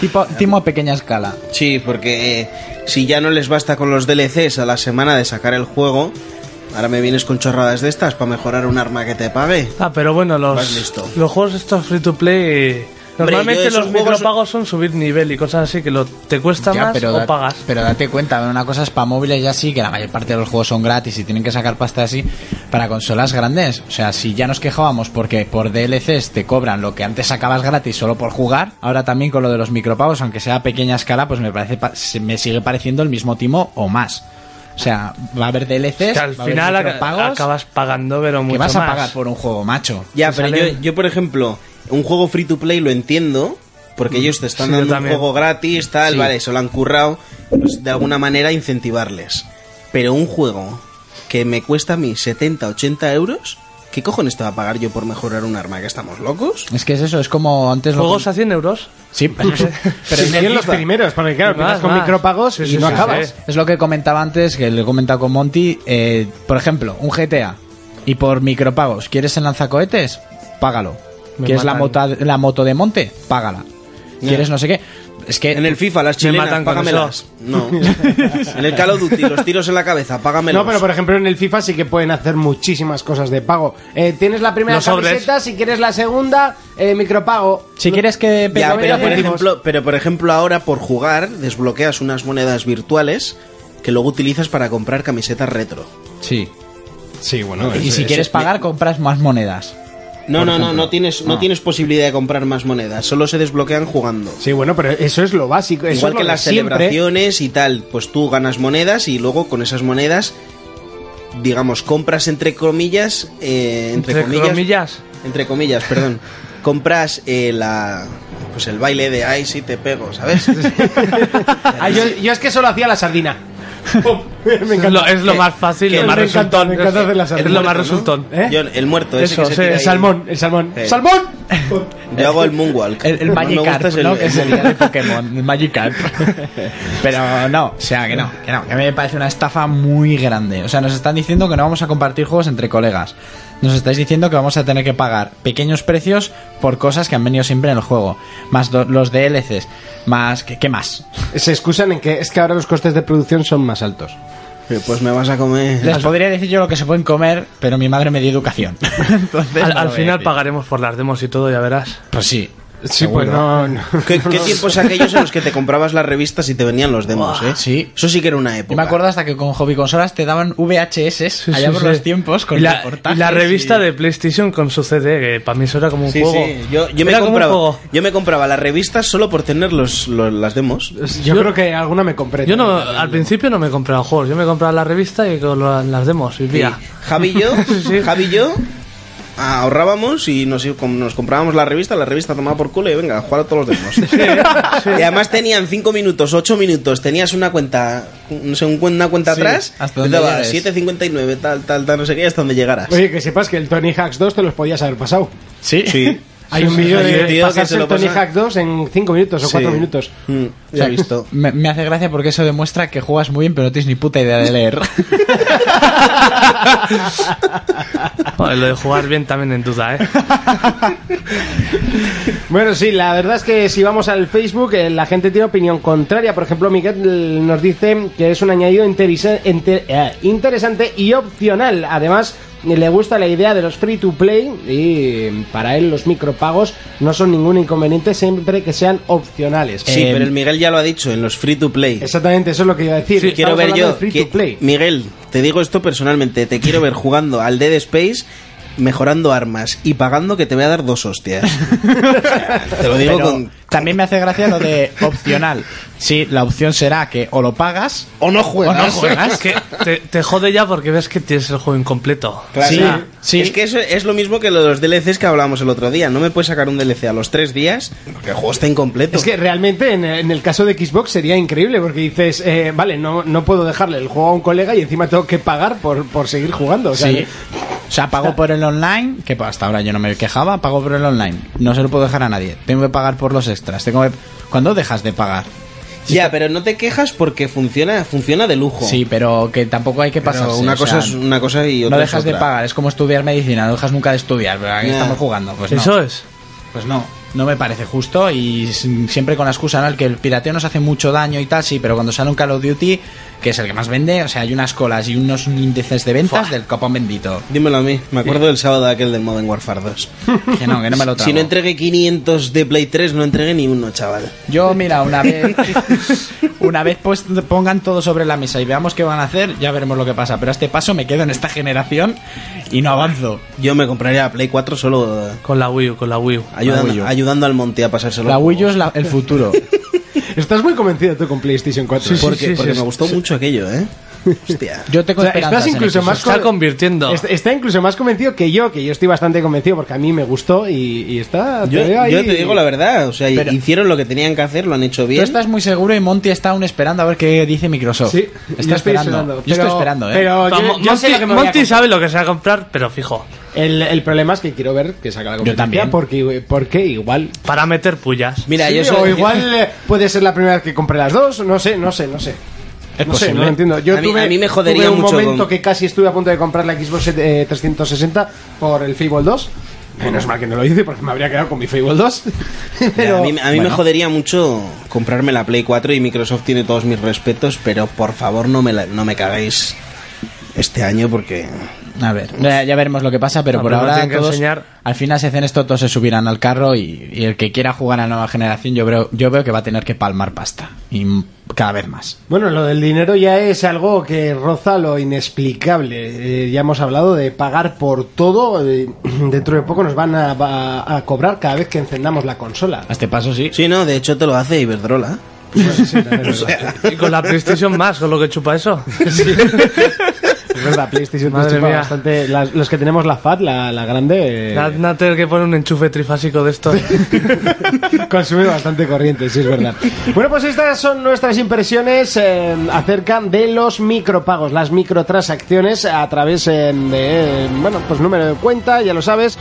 S4: Tipo, timo a pequeña escala.
S5: Sí, porque eh, si ya no les basta con los DLCs a la semana de sacar el juego, ahora me vienes con chorradas de estas para mejorar un arma que te pague.
S6: Ah, pero bueno,
S5: Vas
S6: los,
S5: listo.
S6: los juegos estos free to play.
S5: Hombre,
S6: Normalmente
S5: yo esos
S6: los
S5: juegos-
S6: micropagos son subir nivel y cosas así que lo, te cuesta
S4: Ya,
S6: más
S4: pero,
S6: o
S4: da-
S6: pagas.
S4: pero date cuenta, una cosa es para móviles ya sí, que la mayor parte de los juegos son gratis y tienen que sacar pasta así. Para consolas grandes, o sea, si ya nos quejábamos porque por DLCs te cobran lo que antes sacabas gratis solo por jugar, ahora también con lo de los micropagos, aunque sea a pequeña escala, pues me parece pa- se- me sigue pareciendo el mismo timo o más. O sea, va a haber DLCs,
S6: que al
S4: va a haber
S6: final aca-
S4: micropagos,
S6: acabas pagando, pero
S4: que
S6: mucho
S4: vas a
S6: más.
S4: pagar por un juego, macho.
S5: Ya,
S6: Te
S5: pero
S6: sale-
S5: yo, yo, por ejemplo, un juego free to play lo entiendo,
S4: Mm.
S5: porque ellos te están
S6: sí, yo
S5: dando un
S6: también.
S5: juego gratis, tal,
S4: Sí.
S5: vale, se lo han currado, pues, de alguna manera incentivarles. Pero un juego que me cuesta a mí 70, 80 euros, ¿qué cojones te va a pagar yo por mejorar un arma? ¿Que estamos locos?
S4: Es que es eso, es como antes lo-
S6: ¿Juegos a 100 euros?
S4: Sí, (laughs) pero
S1: Pero
S5: Sí,
S1: siguen
S5: en el
S1: los
S5: FIFA.
S1: primeros, porque claro,
S6: Más,
S1: empiezas con
S6: más.
S1: micropagos
S6: Sí,
S1: y
S6: sí,
S1: no
S6: sí,
S1: acabas.
S6: sí.
S4: Es lo que comentaba antes, que le he comentado con Monty. eh, por ejemplo, un GTA. Y por micropagos, ¿quieres el lanzacohetes? Págalo.
S6: Me
S4: ¿Quieres la,
S6: matan.
S4: mota- la moto de monte? Págala. ¿Quieres no sé qué? Es que
S5: En el FIFA, las chilenas,
S6: matan con
S5: págamelas. No. (laughs) en el Call of Duty, los tiros en la cabeza, págamelos.
S1: No, pero por ejemplo en el FIFA sí que pueden hacer muchísimas cosas de pago. Eh, tienes la primera
S6: Los sobres.
S1: camiseta, si quieres la segunda, eh, micropago.
S4: si quieres que...
S1: Pero
S5: Ya, pero,
S1: mira,
S5: por
S1: decimos-
S5: ejemplo, pero por ejemplo ahora por jugar desbloqueas unas monedas virtuales que luego utilizas para comprar camisetas retro.
S4: Sí.
S1: Sí, bueno.
S4: Y si quieres pagar, compras más monedas.
S5: No,
S4: Por
S5: no, no,
S4: ejemplo.
S5: no tienes, no
S4: Ah.
S5: tienes posibilidad de comprar más monedas, solo se desbloquean jugando.
S1: Sí, bueno, pero eso es lo básico. eso
S5: Igual
S1: es lo
S5: que
S1: de
S5: las
S1: siempre.
S5: celebraciones y tal, pues tú ganas monedas y luego con esas monedas, digamos, compras entre comillas, eh, entre,
S6: Entre
S5: comillas, (laughs)
S6: comillas.
S5: entre comillas, perdón, compras eh, la, pues el baile de ay si te pego, ¿sabes?
S1: (laughs) Ah, yo, yo es que solo hacía la sardina. me
S6: Es lo, es lo más fácil y
S1: que-
S6: más
S1: me encanta,
S6: resultón.
S1: me encanta hacer las
S6: es
S1: armas,
S6: lo más
S5: ¿no?
S6: resultón.
S1: ¿Eh?
S5: Yo- el muerto, ese
S6: Eso,
S5: que se
S6: sí,
S5: tira
S1: El
S5: ahí.
S1: salmón, el salmón.
S5: Sí.
S1: ¡Salmón!
S5: Yo hago el moonwalk.
S4: El, el
S5: No me
S4: Magikarp,
S5: gusta es el-
S4: ¿no? Que
S5: el- (laughs)
S4: sería de Pokémon, el Magikarp. Pero no, o sea, que no, que no. Que a mí me parece una estafa muy grande. O sea, nos están diciendo que no vamos a compartir juegos entre colegas. Nos estáis diciendo que vamos a tener que pagar pequeños precios por cosas que han venido siempre en el juego. Más do- los DLCs, más... ¿Qué, qué más?
S1: Se excusan en que es que ahora los costes de producción son más altos.
S5: Pues me vas a comer.
S4: (laughs) Les podría decir yo lo que se pueden comer, pero mi madre me dio educación. Entonces,
S6: Al,
S4: no
S6: al
S4: lo voy a
S6: final
S4: decir.
S6: pagaremos por las demos y todo, ya verás.
S4: Pues sí.
S1: Sí, pues no, (laughs) no.
S5: (laughs) ¿Qué, qué tiempos aquellos en los que te comprabas las revistas y te venían los demos,
S4: Buah,
S5: eh?
S4: sí.
S5: Eso sí que era una época.
S4: Yo me acuerdo hasta que con Hobby Consolas te daban VHS allá
S6: sí,
S4: por
S6: sí.
S4: los tiempos con
S6: y la,
S4: reportajes
S6: y la revista
S4: y-
S6: de PlayStation con su CD, que para mí eso era como un
S5: Sí,
S6: juego.
S5: sí. Yo, yo me
S6: Era como un
S5: compraba,
S6: juego.
S5: yo me compraba las revistas solo por tener los, los- las demos.
S1: Yo, creo que alguna me compré.
S6: Yo no,
S1: también.
S6: al principio no me compraba juegos, yo me compraba la revista y con la- las demos
S5: Y
S6: vivía.
S5: Javi y yo,
S6: Sí, sí.
S5: Javi y yo ahorrábamos y nos, nos comprábamos la revista, la revista tomaba por culo y venga, a jugar a todos los demos. Y además tenían 5 minutos, 8 minutos, tenías una cuenta, no sé, un cu- una cuenta
S4: Sí,
S5: atrás,
S4: hasta
S5: te
S4: donde
S5: daba
S4: llegues.
S5: 7.59, tal, tal, tal, no sé qué, hasta donde llegaras.
S1: Oye, que sepas que el Tony Hacks 2 te los podías haber pasado.
S4: Sí.
S5: Sí.
S1: Hay un vídeo
S5: sí, sí,
S1: de
S5: tío, que
S1: pasarse
S5: se lo
S1: el Tony
S5: pasa-
S1: Hawk 2 en 5 minutos o 4
S5: Sí.
S1: minutos.
S5: Mm,
S4: O
S5: ya
S4: sea,
S5: he visto.
S4: Me, me hace gracia porque eso demuestra que juegas muy bien, pero no tienes ni puta idea de leer.
S6: Joder, lo de jugar bien también en duda, (laughs) ¿eh?
S1: (laughs) Bueno, sí, la verdad es que si vamos al Facebook, eh, la gente tiene opinión contraria. Por ejemplo, Miguel eh, nos dice que es un añadido interesa- ente- eh, interesante y opcional. Además, le gusta la idea de los free to play y para él los micropagos no son ningún inconveniente siempre que sean opcionales.
S5: Sí,
S1: Eh,
S5: pero el Miguel ya lo ha dicho en los free to play.
S1: Exactamente, eso es lo que iba a decir.
S5: Sí, quiero
S1: Estamos
S5: ver
S1: hablando
S5: yo.
S1: de Free
S5: que-
S1: to play.
S5: Miguel, te digo esto personalmente. Te quiero ver jugando al Dead Space, mejorando armas y pagando que te voy a dar dos
S4: (laughs)
S5: hostias. te (laughs) lo digo
S4: Pero
S5: con.
S4: También me hace gracia lo de opcional. Sí, la opción será que o lo pagas
S5: O no juegas.
S4: o no juegas.
S6: Es que te, te jode ya porque ves que tienes el juego incompleto.
S5: Claro.
S4: Sí, sí.
S5: Es que eso es lo mismo que lo de los DLCs que hablábamos el otro día. No me puedes sacar un DLC a los tres días porque el juego está incompleto.
S1: Es que realmente en, en el caso de Xbox sería increíble porque dices, eh, vale, no, no puedo dejarle el juego a un colega y encima tengo que pagar por, por seguir jugando. o sea,
S4: Sí. O sea, pago por el online, que hasta ahora yo no me quejaba, pago por el online. No se lo puedo dejar a nadie. Tengo que pagar por los extras. Tengo que... ¿Cuándo dejas de pagar?
S5: Ya, pero no te quejas porque funciona, funciona de lujo.
S4: Sí, pero que tampoco hay que
S5: Pero
S4: pasarse.
S5: una
S4: o
S5: cosa
S4: sea,
S5: es una cosa y otra
S4: No
S5: es
S4: dejas de
S5: otra.
S4: pagar. Es como estudiar medicina. No dejas nunca de estudiar. Pero aquí
S5: Ya.
S4: estamos jugando. Pues no.
S6: Eso es.
S4: Pues no. No me parece justo y s- siempre con la excusa, ¿no? El que el pirateo nos hace mucho daño y tal, sí, pero cuando sale un Call of Duty, que es el que más vende, o sea, hay unas colas y unos índices de ventas del copón bendito.
S5: Dímelo a mí. Me acuerdo del sábado aquel del Modern Warfare 2.
S4: Que no, que no me lo
S5: (laughs)
S4: trago.
S5: Si no entregué 500 de Play 3, no entregué ni uno, chaval.
S4: Yo, mira, una vez (laughs) una vez pues pongan todo sobre la mesa y veamos qué van a hacer, ya veremos lo que pasa. Pero a este paso me quedo en esta generación y no avanzo.
S5: Yo me compraría la Play 4 solo eh,
S6: Con la Wii U, con la Wii U.
S5: ayudando,
S4: La Wii U.
S5: ayudando al Monte a pasárselo.
S4: La Wii U es la- el futuro.
S1: Estás muy convencido tú con PlayStation ¿eh? 4.
S6: Sí, sí,
S5: Porque, porque me gustó mucho aquello,
S4: (laughs)
S5: ¿eh? Hostia.
S4: Yo tengo
S1: O sea,
S4: esperanzas
S1: estás
S4: en
S1: incluso
S4: Xbox.
S1: más
S6: Está
S1: con- este,
S6: convirtiendo.
S1: Est- Está incluso más convencido que yo, que yo estoy bastante convencido porque a mí me gustó y, y está.
S5: Yo,
S1: veo ahí-
S5: yo te digo la verdad, o sea,
S4: Pero-
S5: hicieron lo que tenían que hacer, lo han hecho
S4: Tú
S5: bien.
S4: estás muy seguro y Monty está aún esperando a ver qué dice Microsoft.
S1: Sí, yo
S4: está
S1: estoy
S4: esperando.
S1: esperando,
S4: Yo estoy
S1: pero-
S4: esperando, ¿eh?
S1: Pero yo,
S6: Vamos,
S1: yo sé
S6: Monty-
S1: lo que me voy a
S6: Monty
S1: comprar.
S6: sabe lo que se va a comprar, pero fijo.
S1: el, el problema es que quiero ver que saca la
S4: Yo
S1: competencia
S4: también.
S1: Porque, porque igual.
S6: Para meter pullas.
S5: (laughs) Mira,
S1: Sí,
S5: yo
S1: o
S5: soy.
S1: igual eh, puede ser la primera vez que compre las dos, no sé, no sé, no sé.
S4: Es
S1: no sé,
S4: posible.
S1: no lo entiendo. Yo
S5: A mí-
S1: tuve,
S5: a mí me jodería
S1: tuve un
S5: mucho
S1: momento
S5: con-
S1: que casi estuve a punto de comprar la Xbox eh, 360 por el Fable 2. Menos mal que no lo hice porque me habría quedado con mi Fable (laughs) 2.
S5: Mira,
S1: Pero-
S5: a mí, a mí me jodería mucho comprarme la Play 4 y Microsoft tiene todos mis respetos, pero por favor no me, la- no me cagáis este año porque...
S4: A ver, ya, ya veremos lo que pasa, pero
S6: No,
S4: por
S6: pero no
S4: ahora
S6: tienen que
S4: todos,
S6: enseñar.
S4: al final se hacen esto, todos se subirán al carro y, y el que quiera jugar a la nueva generación yo veo, yo veo que va a tener que palmar pasta y m- cada vez más.
S1: Bueno, lo del dinero ya es algo que roza lo inexplicable. Eh, ya hemos hablado de pagar por todo. eh, (clears throat) dentro de poco nos van a, va- a cobrar cada vez que encendamos la consola.
S5: (laughs)
S4: A este paso sí.
S5: Sí, no, de hecho te lo hace Iberdrola.
S6: Y con la PlayStation más, con lo que chupa eso.
S1: Es
S6: (laughs)
S1: verdad, PlayStation
S6: Madre
S1: nos chupa
S6: mía.
S1: bastante. Las- los que tenemos la FAT, la, la grande, eh,
S6: Nadie tener que poner un enchufe trifásico de
S1: (laughs)
S6: estos.
S1: consume bastante corriente, sí es verdad. Bueno, pues estas son nuestras impresiones eh, acerca de los micropagos, las microtransacciones a través eh, de, eh, bueno, pues número de cuenta, ya lo sabes,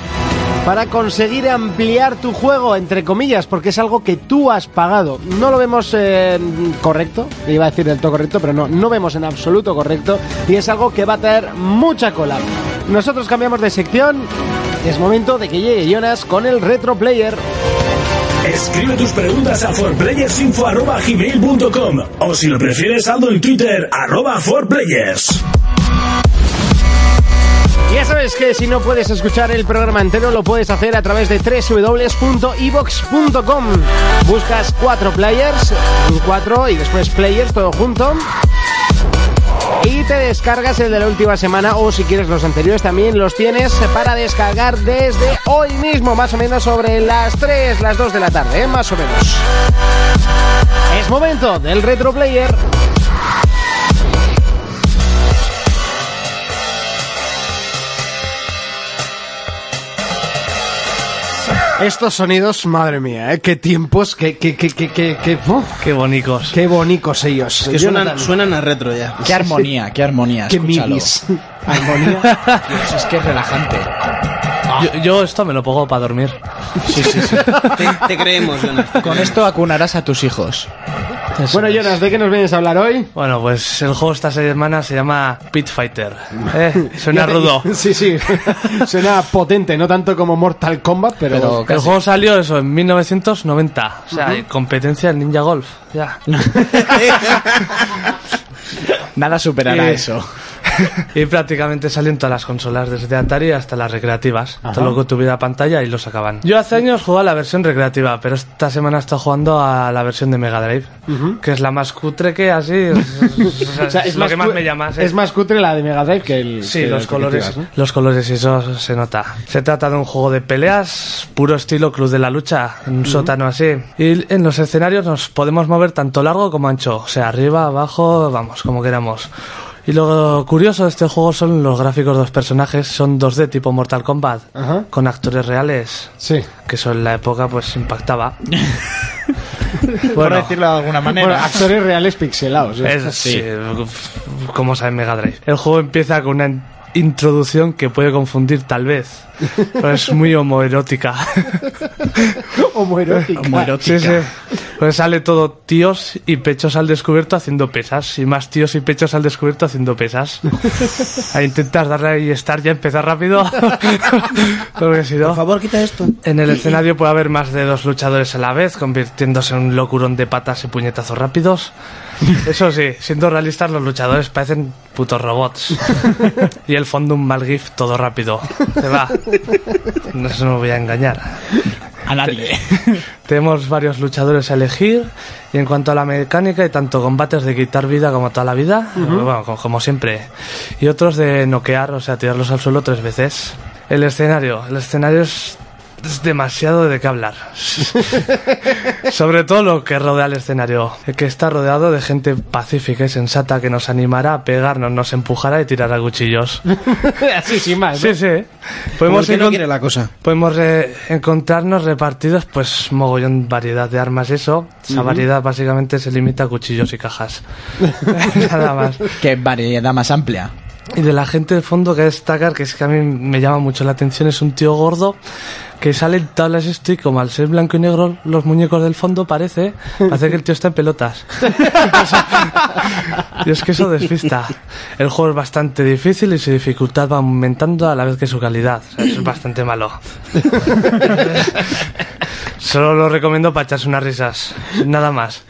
S1: para conseguir ampliar tu juego, entre comillas, porque es algo que tú has pagado. No lo vemos eh, correcto, iba a decir del todo correcto, pero no, no vemos en absoluto correcto y es algo que va a traer mucha cola. Nosotros cambiamos de sección. Es momento de que llegue Jonas con el Retro Player.
S2: Escribe tus preguntas a forplayersinfo@gmail.com o si lo prefieres saldo en Twitter arroba forplayers.
S1: Ya sabes que si no puedes escuchar el programa entero lo puedes hacer a través de www.evox.com. Buscas cuatro players, un cuatro y después players todo junto. Y te descargas el de la última semana o si quieres los anteriores también los tienes para descargar desde hoy mismo, más o menos sobre las 3, las 2 de la tarde, ¿eh? más o menos. Es momento del Retro Player. Estos sonidos, madre mía, ¿eh? qué tiempos, qué, qué, qué, qué, qué, qué, uf,
S6: Qué bonicos.
S1: qué bonicos ellos.
S5: Que suenan,
S1: Jonathan,
S5: suenan a retro ya.
S4: Qué armonía, qué armonía.
S1: qué
S4: escúchalo.
S1: minis.
S4: Armonía. Dios, es que es relajante.
S6: Yo, yo esto me lo pongo para dormir.
S5: Te, te creemos, Jonas.
S4: Con esto acunarás a tus hijos.
S6: Eso
S1: Bueno,
S6: es.
S1: Jonas, ¿de qué nos vienes a hablar hoy?
S6: Bueno, pues el juego esta semana se llama Pit Fighter.
S1: (laughs)
S6: ¿eh? Suena
S1: Ya te-
S6: rudo.
S1: Sí, sí. (laughs) Suena potente, no tanto como Mortal Kombat, pero.
S4: Pero
S6: El
S4: casi.
S6: juego salió eso en 1990. O sea, hay competencia en Ninja Golf. Ya.
S4: nada superará
S6: Eh,
S4: eso.
S6: Y prácticamente salió en todas las consolas, desde Atari hasta las recreativas. Todo lo que tuviera pantalla y lo sacaban. Yo hace años jugaba a la versión recreativa, pero esta semana he estado jugando a la versión de Mega Drive, que es la más cutre que así. es- es- es-
S1: (laughs) O sea,
S6: es lo que
S1: cu-
S6: más me llama. sí.
S1: Es más cutre la de Mega Drive que el.
S6: Sí,
S1: que
S6: los
S1: el que
S6: colores,
S1: llevas, ¿no?
S6: los colores y eso se nota. Se trata de un juego de peleas, puro estilo Club de la Lucha, en un sótano así. Y en los escenarios nos podemos mover tanto largo como ancho, o sea, arriba, abajo, vamos, como queramos. Y lo curioso de este juego son los gráficos de los personajes, son 2D tipo Mortal Kombat,
S1: Ajá.
S6: con actores reales,
S1: Sí.
S6: que eso en la época pues
S1: (laughs)
S6: impactaba.
S4: Por
S6: Bueno.
S4: decirlo de alguna
S1: Bueno,
S4: manera.
S1: actores reales pixelados. ¿eh? (laughs)
S6: Es, (laughs) sí. uf, como sabe Mega Drive. El juego empieza con una introducción que puede confundir tal vez, pero es muy homoerótica.
S1: Homoerótica.
S6: Sí, sí. Pues sale todo tíos y pechos al descubierto haciendo pesas y más tíos y pechos al descubierto haciendo (laughs) pesas. Ahí intentas darle y estar ya empezar (laughs) rápido. Porque si no-
S5: Por favor, quita esto.
S6: en el escenario puede haber más de dos luchadores a la vez, convirtiéndose en un locurón de patas y puñetazos rápidos. Eso sí, siendo realistas, los luchadores parecen putos robots. Y el fondo un mal gif todo rápido. Se va. No se me voy a engañar.
S4: A nadie.
S6: Tenemos varios luchadores a elegir. Y en cuanto a la mecánica, hay tanto combates de quitar vida como toda la vida. Bueno, co- como siempre. Y otros de noquear, o sea, tirarlos al suelo tres veces. El escenario. El escenario es, es demasiado de qué hablar. (laughs) Sobre todo lo que rodea el escenario. El que está rodeado de gente pacífica y sensata que nos animará a pegarnos, nos empujará y
S5: (laughs)
S6: tirará cuchillos.
S1: (laughs) Así sin más. ¿no?
S6: Sí, sí.
S5: ¿Por
S6: Podemos
S5: qué no
S6: encont-
S5: quiere la cosa?
S6: Podemos re- encontrarnos repartidos, pues, mogollón variedad de armas, eso. Esa variedad básicamente se limita a cuchillos y cajas. (laughs) Nada más.
S4: Qué variedad más amplia.
S6: Y de la gente del fondo que destacar, que es que a mí me llama mucho la atención, es un tío gordo que sale en tablas esto y como al ser blanco y negro los muñecos del fondo parece, parece que el tío está en pelotas. (laughs) y es que eso despista. El juego es bastante difícil y su dificultad va aumentando a la vez que su calidad. O sea, eso es bastante malo. Solo lo recomiendo para echarse unas risas. Nada más.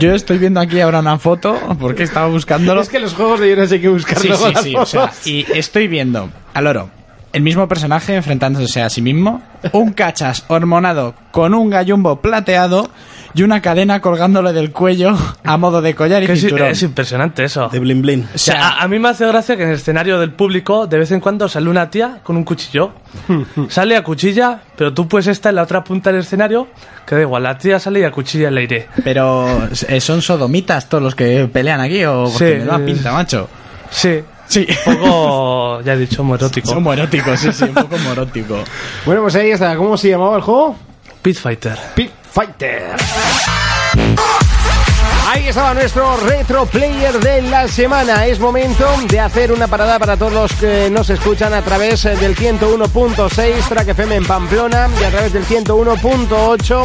S4: Yo estoy viendo aquí ahora una foto porque estaba buscándolo.
S1: Es que los juegos de Jonas hay que
S4: Sí,
S1: buscarlo.
S4: sí, sí. O sea, y estoy viendo al oro. El mismo personaje enfrentándose a sí mismo, un cachas hormonado con un gallumbo plateado y una cadena colgándole del cuello a modo de collar y
S6: Que eh, es,
S4: cinturón.
S6: es impresionante eso.
S5: De blin blin.
S4: O
S6: O sea,
S4: sea,
S6: a, a mí me hace gracia que en el escenario del público de vez en cuando sale una tía con un
S4: (laughs)
S6: cuchillo. sale a cuchilla, pero tú puedes estar en la otra punta del escenario, que da igual, la tía sale y a cuchilla el aire.
S4: pero eh, son sodomitas todos los que pelean aquí o porque
S6: Sí,
S4: me da
S6: eh,
S4: pinta, macho.
S6: Sí,
S4: (laughs) Sí.
S6: un poco, ya he dicho, muy
S4: Son
S6: erótico.
S4: moróticos, sí, sí, un poco morótico.
S1: Bueno, pues ahí está. ¿Cómo se llamaba el juego?
S6: Pit Fighter.
S1: Pit Fighter. Ahí estaba nuestro retro player de la semana. Es momento de hacer una parada para todos los que nos escuchan a través eh, del 101.6 Track FM en Pamplona y a través del 101.8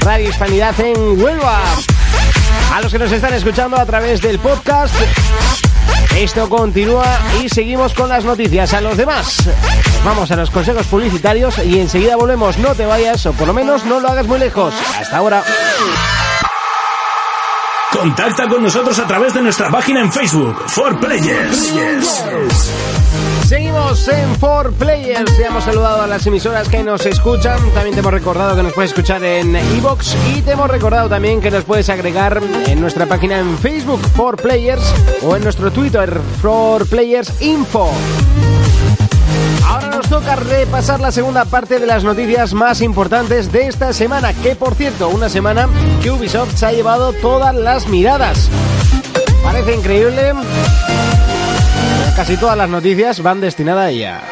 S1: Radio Hispanidad en Huelva. A los que nos están escuchando a través del podcast, esto continúa y seguimos con las noticias. A los demás, vamos a los consejos publicitarios y enseguida volvemos. No te vayas o por lo menos no lo hagas muy lejos. Hasta ahora.
S2: Contacta con nosotros a través de nuestra página en Facebook, For Players.
S1: Seguimos en 4 Players. Te hemos saludado a las emisoras que nos escuchan. También te hemos recordado que nos puedes escuchar en iBox y te hemos recordado también que nos puedes agregar en nuestra página en Facebook 4 Players o en nuestro Twitter 4 Players Info. Ahora nos toca repasar la segunda parte de las noticias más importantes de esta semana, que por cierto, una semana que Ubisoft se ha llevado todas las miradas. Parece increíble, Casi todas las noticias van destinadas a ella.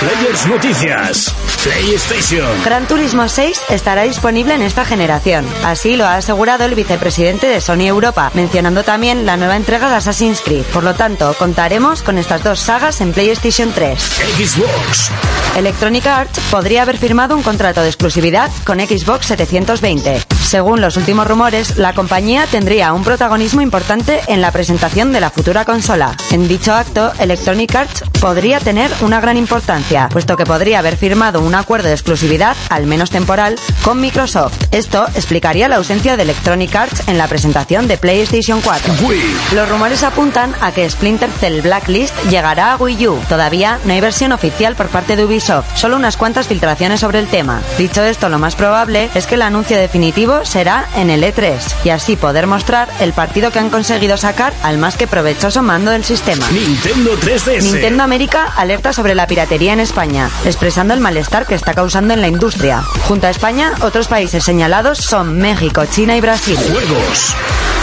S2: Players Noticias. PlayStation.
S3: Gran Turismo 6 estará disponible en esta generación. Así lo ha asegurado el vicepresidente de Sony Europa, mencionando también la nueva entrega de Assassin's Creed. Por lo tanto, contaremos con estas dos sagas en PlayStation 3.
S2: Xbox.
S3: Electronic Arts podría haber firmado un contrato de exclusividad con Xbox 720. Según los últimos rumores, la compañía tendría un protagonismo importante en la presentación de la futura consola. En dicho acto, Electronic Arts podría tener una gran importancia, puesto que podría haber firmado un acuerdo de exclusividad, al menos temporal, con Microsoft. Esto explicaría la ausencia de Electronic Arts en la presentación de PlayStation 4.
S2: Wii.
S3: Los rumores apuntan a que Splinter Cell Blacklist llegará a Wii U. Todavía no hay versión oficial por parte de Ubisoft, solo unas cuantas filtraciones sobre el tema. Dicho esto, lo más probable es que el anuncio definitivo será en el E3 y así poder mostrar el partido que han conseguido sacar al más que provechoso mando del sistema.
S2: Nintendo 3DS.
S3: Nintendo América alerta sobre la piratería en España, expresando el malestar que está causando en la industria. Junto a España, otros países señalados son México, China y Brasil.
S2: Juegos.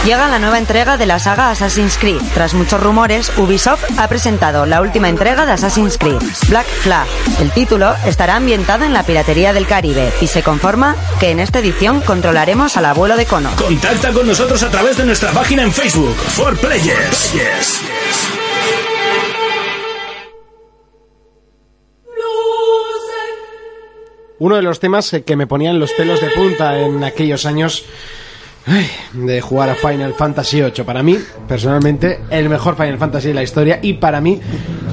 S3: Llega la nueva entrega de la saga Assassin's Creed. Tras muchos rumores, Ubisoft ha presentado la última entrega de Assassin's Creed, Black Flag. El título estará ambientado en la piratería del Caribe y se conforma que en esta edición controlaremos al abuelo de Kono.
S2: Contacta con nosotros a través de nuestra página en Facebook. For Players.
S1: Uno de los temas eh, que me ponían los pelos de punta en aquellos años ay, de jugar a Final Fantasy VIII. Para mí, personalmente, el mejor Final Fantasy de la historia y para mí,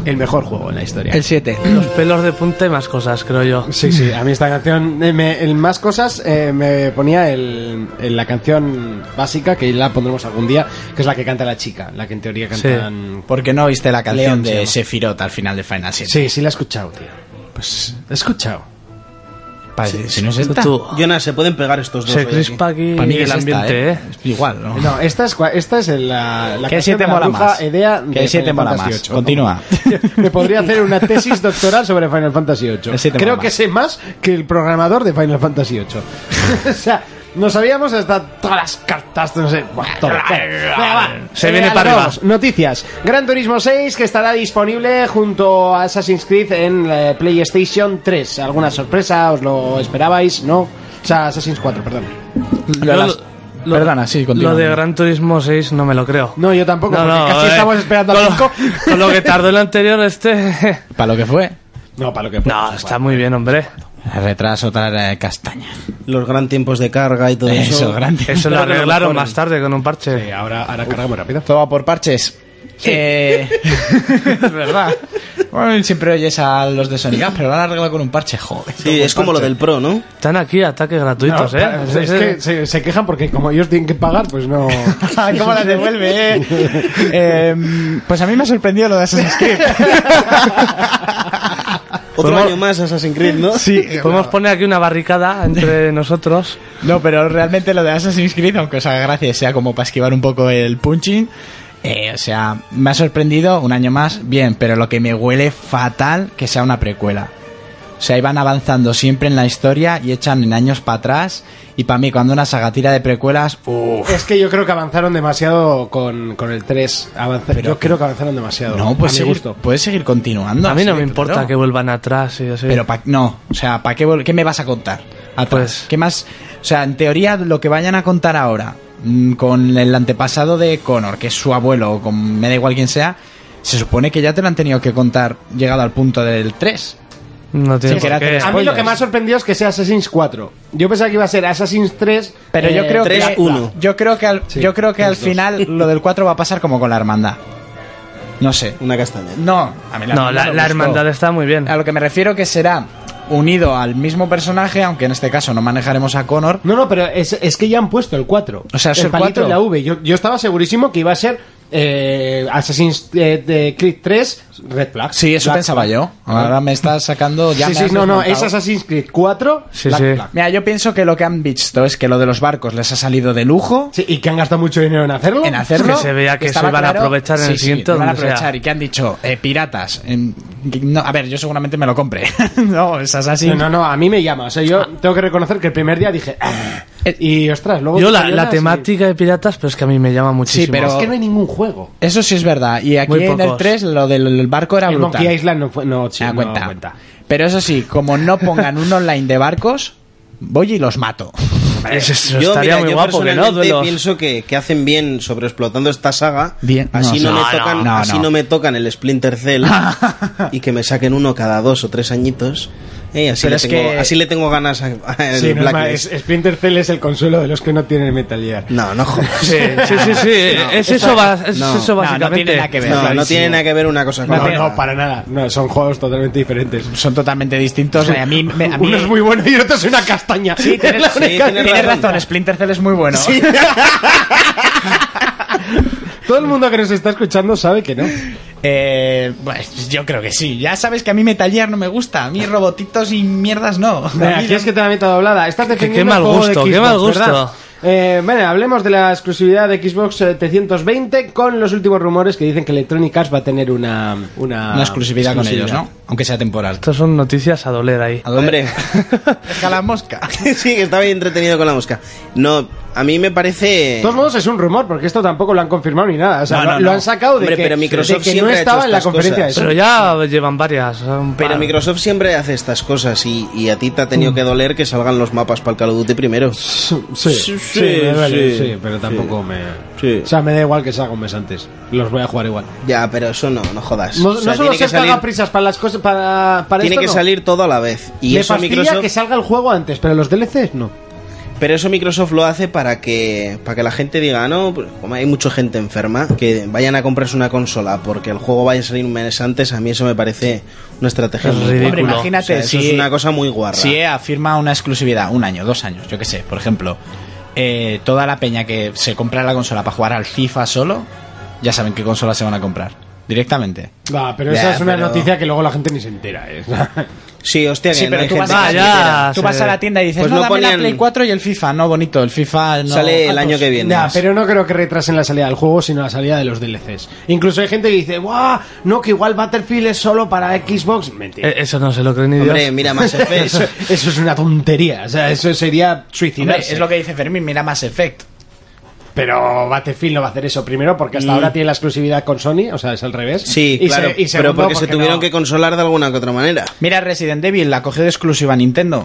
S1: el mejor juego en la historia.
S4: El 7.
S6: Los pelos de punta y más cosas, creo yo.
S1: Sí, sí, a mí esta canción, eh, me- en más cosas, eh, me ponía el, en la canción básica, que la pondremos algún día, que es la que canta la chica, la que en teoría cantan...
S4: Porque no oíste la canción
S1: León se
S4: de
S1: llama.
S4: Sephiroth al final de Final 7.
S1: Sí, sí la he escuchado, tío. Pues, la he escuchado.
S4: Parece- si no es esta.
S6: Tú,
S5: Jonas, se pueden pegar estos dos. ¿eh?
S6: se
S5: hoy aquí.
S6: crispa aquí
S4: Para mí que
S6: el
S4: es esta,
S6: ambiente,
S4: ¿eh? Es Igual, ¿no?
S1: No, esta es, cua- esta es el- la, la
S4: Que
S1: canción
S4: siete
S1: de la
S4: mola
S1: bruja
S4: más.
S1: Edea de
S4: Que siete
S1: Final
S4: mola
S1: Fantasy
S4: más.
S1: VIII. (laughs)
S4: Continúa.
S1: Me podría hacer una tesis doctoral sobre Final Fantasy VIII.
S4: El siete
S1: Creo
S4: mola
S1: que
S4: más.
S1: sé más que el programador de Final Fantasy VIII. (laughs) o sea, nos sabíamos hasta todas las cartas, no sé, buah, todo. Venga, va.
S6: Se
S1: Eh,
S6: viene
S1: a
S6: para
S1: los
S6: arriba.
S1: dos. Noticias. Gran Turismo 6 que estará disponible junto a Assassin's Creed en eh, PlayStation 3. ¿Alguna sorpresa? ¿Os lo esperabais? ¿No? O sea, Assassin's 4, perdón.
S4: Lo de las-
S6: lo-
S4: Perdona, sí, continúa.
S6: Lo de Gran Turismo 6 no me lo creo.
S1: No, yo tampoco,
S6: No,
S1: porque
S6: no,
S1: casi
S6: eh,
S1: estamos esperando
S6: con
S1: al 5.
S6: lo- (laughs) Con lo que tardó el anterior, este. (laughs)
S4: Para lo que fue.
S1: (laughs) No, para lo que fue.
S6: No, está muy bien, hombre.
S4: Retraso tal eh, castaña.
S5: Los gran tiempos de carga y todo eso.
S4: Eso, grande.
S6: Eso
S4: (laughs)
S5: Espero que
S6: lo
S5: lo
S6: arreglaron
S5: mejoren.
S6: más tarde con un parche.
S1: Ahora, ahora cargamos rápido.
S4: Todo va por parches. (laughs) Eh, es verdad. Bueno, siempre oyes a los de Sonic, "Ah, pero lo han arreglado con un parche, joder.
S5: Sí, es como lo del pro, ¿no?
S6: Están aquí ataques gratuitos,
S1: No,
S6: ¿eh?
S1: Es que se, se quejan porque como ellos tienen que pagar, pues
S6: (laughs)
S1: no...
S4: Ay, (laughs) ¿Cómo la (laughs) devuelve? eh? Eh, pues a mí me ha sorprendido lo de Assassin's Creed.
S5: Otro año más Assassin's Creed, ¿no?
S4: Sí,
S6: eh, Podemos poner aquí una barricada entre nosotros.
S4: No, pero realmente lo de Assassin's Creed, aunque os haga gracia, y sea como para esquivar un poco el punching. eh, o sea, me ha sorprendido un año más, bien, pero lo que me huele fatal que sea una precuela. O sea, iban avanzando siempre en la historia y echan en años para atrás. Y para mí, cuando una saga tira de precuelas, uff.
S1: Es que yo creo que avanzaron demasiado con, con el 3. Avanza- yo creo que avanzaron demasiado.
S4: No,
S1: a
S4: pues
S1: mi
S4: seguir,
S1: gusto.
S4: puedes seguir continuando.
S6: a mí
S4: así
S6: no
S4: de
S6: me importa
S4: claro.
S6: que vuelvan atrás y así.
S4: Pero pa- no, o sea, ¿para qué, vol- qué me vas a contar? Atrás.
S6: Pues-
S4: ¿Qué más? O sea, en teoría lo que vayan a contar ahora mm, con el antepasado de Connor, que es su abuelo o con me da igual quién sea, se supone que ya te lo han tenido que contar llegado al punto del 3.
S6: no tiene
S4: Sí, que
S6: por
S4: era
S6: qué.
S4: tres
S1: A mí lo que me ha sorprendido es que sea Assassin's 4. Yo pensaba que iba a ser Assassin's 3.
S4: Pero yo
S1: eh,
S4: creo
S5: tres,
S4: que
S5: uno.
S4: yo creo que al,
S1: Sí,
S4: yo creo que al
S1: tres, dos.
S4: final lo del 4 va a pasar como con la hermandad. No sé.
S5: Una castaña.
S4: No, a mí
S6: No, la,
S4: me
S6: la
S4: gustó.
S6: hermandad está muy bien.
S4: A lo que me refiero que será unido al mismo personaje, aunque en este caso no manejaremos a Connor,
S1: No, no, pero es, es que ya han puesto el 4.
S4: O sea, es
S1: el
S4: el
S1: palito
S4: 4.
S1: en la V. Yo, yo estaba segurísimo que iba a ser eh, Assassin's eh, de Creed 3 Red Flag.
S4: Sí, eso
S1: Black
S4: pensaba
S1: Flag.
S4: yo. Ahora me estás sacando ya.
S1: sí,
S4: me
S1: sí,
S4: has
S1: no, no, es
S4: desmontado.
S1: Assassin's Creed 4
S6: Sí,
S1: Black
S6: sí.
S1: Flag.
S4: Mira, yo pienso que lo que han visto es que lo de los barcos les ha salido de lujo.
S1: Sí, y que han gastado mucho dinero en hacerlo.
S4: En hacerlo.
S6: Que se vea que
S4: estaba
S6: se van a aprovechar en
S4: Sí,
S6: el
S4: sí,
S6: siguiente
S4: lo van a
S6: donde sea.
S4: aprovechar. Y que han dicho, eh, piratas. em, no, a ver, yo seguramente me lo compré. (laughs) no, es así.
S1: No, no, no, a mí me llama. O sea,
S4: Ah.
S1: yo tengo que reconocer que el primer día dije. "Ah",
S4: Eh,
S1: Y ostras, luego.
S6: Yo
S1: te
S6: la,
S1: salió
S6: la temática de pues piratas, pero es que a mí me llama muchísimo.
S4: pero-
S1: Es que no hay ningún juego.
S4: Eso sí es verdad. Y aquí
S6: Muy
S4: en el
S6: pocos.
S4: 3 lo del el barco era
S1: El
S4: brutal.
S1: Monkey Island no, fue- no, sí,
S4: Me da
S1: no
S4: cuenta.
S1: cuenta.
S4: Pero eso sí, como no pongan un online de barcos, voy y los mato.
S6: Eso, eso
S5: eh, Yo,
S6: estaría
S5: mira,
S6: muy
S5: yo
S6: guapo, que no,
S5: personalmente
S6: duelos.
S5: pienso que, que hacen bien sobreexplotando esta saga.
S4: Bien.
S5: Así,
S4: No,
S5: no,
S6: no,
S5: me tocan,
S4: no, no.
S5: así no me tocan el Splinter Cell y que me saquen uno cada dos o tres añitos. Eh, así,
S4: Pero
S5: le
S4: es
S5: tengo,
S4: que-
S5: así le tengo ganas a, a
S1: Sí,
S5: el
S1: no es más,
S5: Blacklist.
S1: es- Splinter Cell es el consuelo de los que no tienen Metal Gear.
S5: No, no jodas. (laughs)
S6: Sí, sí, sí, sí, es eso, va- es
S5: no.
S6: eso
S4: No, no tiene
S6: básicamente.
S4: nada que ver.
S5: No, no
S4: Clarísimo.
S5: tiene nada que ver una cosa con
S1: No,
S5: la
S1: no,
S5: otra.
S1: para nada. No, son juegos totalmente diferentes.
S4: Son totalmente distintos. y A mí, me- a mí-
S1: Uno es muy bueno y el otro es una castaña.
S4: Sí, (laughs)
S1: (laughs)
S4: tienes,
S1: Es la
S5: sí,
S1: única-
S5: tienes
S4: tienes
S5: razón.
S4: razón, Splinter Cell es muy bueno.
S1: Todo el mundo que nos está escuchando sabe que no.
S4: (laughs) Eh, pues yo creo que sí. Ya sabes que a mí Metal Gear no me gusta. A mí robotitos y mierdas no.
S1: Venga,
S4: A mí
S1: aquí es que te la meto doblada. Estás defendiendo
S6: qué
S1: el
S6: mal
S1: juego de
S6: gusto, qué
S1: Xbox,
S6: mal gusto.
S1: ¿verdad? Eh, bueno, hablemos de la exclusividad de Xbox 720 con los últimos rumores que dicen que Electronic Arts va a tener una, una,
S4: Una exclusividad, con ellos, ¿no? Aunque sea temporal.
S6: Estas son noticias a doler ahí.
S5: Hombre,
S4: la mosca.
S5: (laughs) sí, que estaba bien entretenido con la mosca. No, a mí me parece...
S1: De todos modos es un rumor porque esto tampoco lo han confirmado ni nada. O sea,
S4: No, no,
S1: lo- lo
S4: no.
S1: han sacado de
S5: Hombre,
S1: que,
S5: pero Microsoft
S1: de que no
S5: siempre ha hecho
S1: estaba en la
S5: estas
S1: conferencia
S5: cosas.
S1: de
S6: Pero
S1: Sony.
S6: ya llevan varias. un
S5: Pero
S6: par.
S5: Microsoft siempre hace estas cosas y, y a ti te ha tenido que doler que salgan los mapas para el Call of Duty primero.
S1: Mm. Sí,
S5: Sí,
S1: sí, me duele,
S5: sí,
S1: sí, pero tampoco me...
S5: Sí.
S1: O sea, me da igual que salga un mes antes. Los voy a jugar igual.
S5: Ya, pero eso no, no jodas.
S1: No,
S5: O sea,
S1: no solo
S5: tiene que
S1: se
S5: salir,
S1: haga prisas para las cosas, para, para
S5: tiene
S1: esto
S5: que
S1: no.
S5: salir todo a la vez. Y
S1: Me
S5: eso
S1: fastidia
S5: Microsoft,
S1: que salga el juego antes, pero los DLCs no.
S5: pero eso Microsoft lo hace para que para que la gente diga, no, pues, como hay mucha gente enferma, que vayan a comprarse una consola porque el juego vaya a salir un mes antes, a mí eso me parece una estrategia
S6: Es
S5: muy guarra.
S6: ridículo.
S4: Hombre,
S6: Culo.
S5: O sea,
S4: imagínate
S5: eso
S4: si,
S5: es una cosa muy guarra.
S4: si EA firma una exclusividad, un año, dos años, yo qué sé, por ejemplo, eh, toda la peña que se compra la consola para jugar al FIFA solo, ya saben qué consola se van a comprar directamente.
S1: Va, pero
S5: Ya,
S1: esa es una
S5: pero-
S1: noticia que luego la gente ni se entera. ¿eh?
S5: Sí, hostia, que
S4: Sí,
S5: no
S4: pero
S5: hay
S4: tú vas,
S5: gente
S4: a,
S6: Ah,
S5: que
S4: la
S5: se
S6: ya,
S5: entera.
S4: tienda, tú vas
S6: sí.
S4: a la tienda y dices,
S5: Pues
S4: no,
S5: no
S4: dame la
S5: ponían-
S4: Play 4 y el FIFA, no, bonito, el FIFA no...
S5: Sale
S4: Ah,
S5: el
S4: pues,
S5: año que viene.
S1: Nah, (laughs)
S5: más.
S1: pero no creo que retrasen la salida del juego, sino la salida de los DLCs. Incluso hay gente que dice, ¡guau! No, que igual Battlefield es solo para Xbox. Mentira.
S6: Eh, Eso no se lo cree ni
S5: Hombre,
S6: Dios.
S5: mira, Mass Effect.
S1: eso, eso es una tontería. O sea, eso sería
S4: Hombre,
S1: suicidarse.
S4: es lo que dice Fermín, mira Mass Effect.
S1: Pero Battlefield no va a hacer eso primero porque hasta ahora tiene la exclusividad con Sony, o sea, es al revés.
S5: Sí,
S1: Y
S5: claro,
S1: se- y
S5: pero
S1: segundo,
S5: porque, se tuvieron
S1: no-
S5: que consolar de alguna que otra manera.
S4: Mira Resident Evil, la cogió de exclusiva Nintendo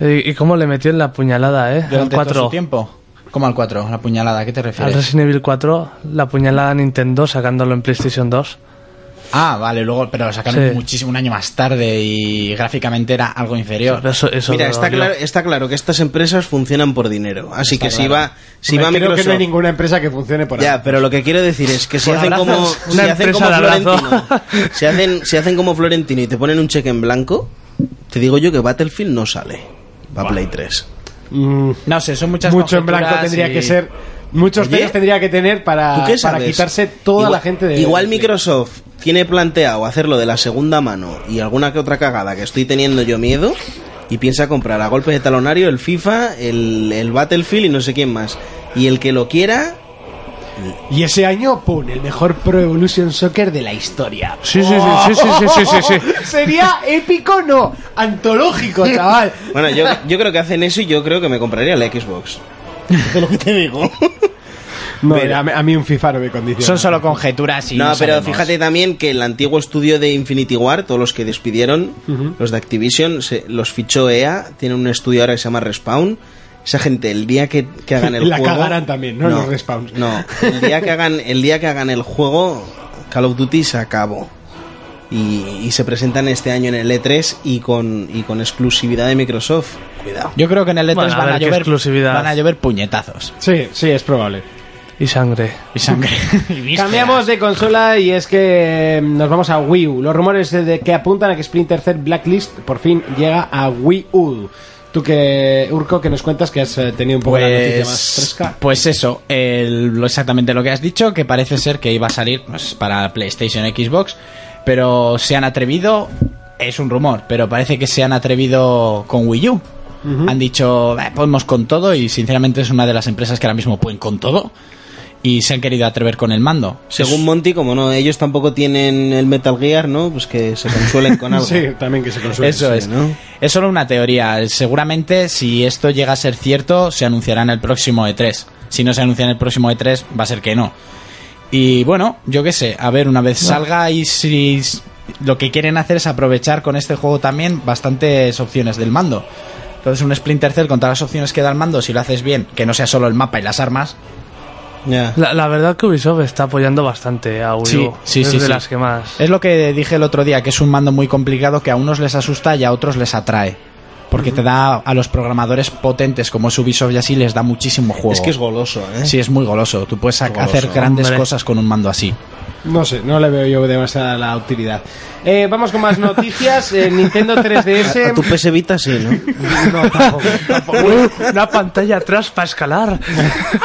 S6: ¿Y, y cómo le metió en la puñalada, eh? Al
S4: durante todo
S6: 4.
S4: su tiempo. ¿Cómo al 4? La puñalada, ¿a qué te
S6: Al
S4: refieres?
S6: Resident Evil 4, la puñalada a Nintendo sacándolo en PlayStation 2.
S4: Ah, vale, luego, pero lo sacaron
S6: Sí.
S4: muchísimo un año más tarde y gráficamente era algo inferior.
S6: Eso, eso
S5: Mira,
S6: lo
S5: está
S6: dolió.
S5: claro, está claro que estas empresas funcionan por dinero. Así que si va, si
S1: Hombre, creo
S5: va
S1: que no hay
S5: Microsoft.
S1: ninguna empresa que funcione por ahí.
S5: Ya, pero lo que quiero decir es que si
S6: Por
S5: hacen
S6: abrazos,
S5: como,
S6: una
S5: si hacen como
S6: empresa de abrazo.
S5: Florentino, si hacen, si hacen como Florentino y te ponen un cheque en blanco, te digo yo que Battlefield no sale para Play 3.
S1: Mm,
S4: No sé, son muchas
S1: mucho en blanco
S4: conjeturas
S1: tendría
S4: y-
S1: que ser. Muchos
S5: Oye,
S1: temas tendría que tener para,
S5: ¿Tú qué
S1: Ah, para
S5: sabes?
S1: quitarse toda
S5: Igual-
S1: la gente de.
S5: Igual
S1: de-
S5: Microsoft tiene planteado hacerlo de la segunda mano y alguna que otra cagada que estoy teniendo yo miedo y piensa comprar a golpes de talonario el FIFA, el, el Battlefield y no sé quién más. Y el que lo quiera,
S1: Y ese año, pum, el mejor Pro Evolution Soccer de la historia.
S6: Sí, sí, sí, sí, sí, sí, sí, sí, sí.
S1: (laughs) Sería épico, no, antológico, chaval.
S5: Bueno, yo, yo creo que hacen eso y yo creo que me compraría la Xbox. Es lo que te digo.
S1: No, a, mí- a mí un FIFA no me condiciona.
S4: Son solo conjeturas y
S5: no, pero
S4: sabemos.
S5: fíjate también que el antiguo estudio de Infinity War, todos los que despidieron, los de Activision, se- los fichó EA, tienen un estudio ahora que se llama Respawn. Esa gente, el día que, que hagan
S1: (laughs)
S5: el
S1: La
S5: juego.
S1: cagarán también, ¿no? Los Respawns.
S5: No, el día que hagan, el día que hagan el juego, Call of Duty se acabó. Y, y se presentan este año en el E3 y con, y con exclusividad de Microsoft. Cuidado.
S4: Yo creo que en el E3
S6: Bueno, a
S4: van, a
S6: ver qué
S4: llover,
S6: exclusividad.
S4: van a llover puñetazos
S1: Sí, sí, es probable.
S6: Y sangre. (laughs)
S4: y sangre.
S1: Cambiamos de consola y es que eh, nos vamos a Wii U. Los rumores de- de que apuntan a que Splinter Cell Blacklist por fin llega a Wii U. Tú que, Urco, que nos cuentas que has eh, tenido un poco la noticia más
S4: Pues,
S1: fresca.
S4: pues eso, el- lo- exactamente lo que has dicho, que parece ser que iba a salir pues, para PlayStation Xbox, pero se han atrevido, es un rumor, pero parece que se han atrevido con Wii U. Han dicho, "Eh, podemos con todo y sinceramente es una de las empresas que ahora mismo pueden con todo y se han querido atrever con el mando.
S5: Según Monty, como no, ellos tampoco tienen el Metal Gear, ¿no? Pues que se consuelen
S1: (laughs)
S5: con algo.
S1: Sí, también que se consuela.
S4: Eso
S5: sí,
S4: es.
S5: ¿no?
S4: Es solo una teoría. Seguramente, si esto llega a ser E cierto, se anunciará en el próximo E3. Si no se anuncia en el próximo E3, va a ser que no. Y bueno, yo qué sé, a ver, una vez salga y si s- lo que quieren hacer es aprovechar con este juego también bastantes opciones del mando. Entonces un Splinter Cell con todas las opciones que da el mando, si lo haces bien, que no sea solo el mapa y las armas.
S5: Ya.
S6: La, la verdad que Ubisoft está apoyando bastante a Wii U.
S4: Sí, sí,
S6: es
S4: sí, Eh,
S6: de
S4: sí.
S6: las que más. (laughs)
S4: Es lo que dije el otro día, que es un mando muy complicado que a unos les asusta y a otros les atrae. Porque te da a los programadores potentes como es Ubisoft y así les da muchísimo juego.
S5: Es que es goloso, ¿eh?
S4: Sí, es muy goloso. Tú puedes sac-
S5: Goloso,
S4: hacer grandes
S6: hombre.
S4: cosas con un mando así.
S1: No sé, no le veo yo demasiada la utilidad. Eh, vamos con más noticias. Eh, Nintendo 3DS.
S5: A tu PS Vita sí, ¿no?
S6: No, tampoco, tampoco. Uh, Una pantalla atrás para escalar.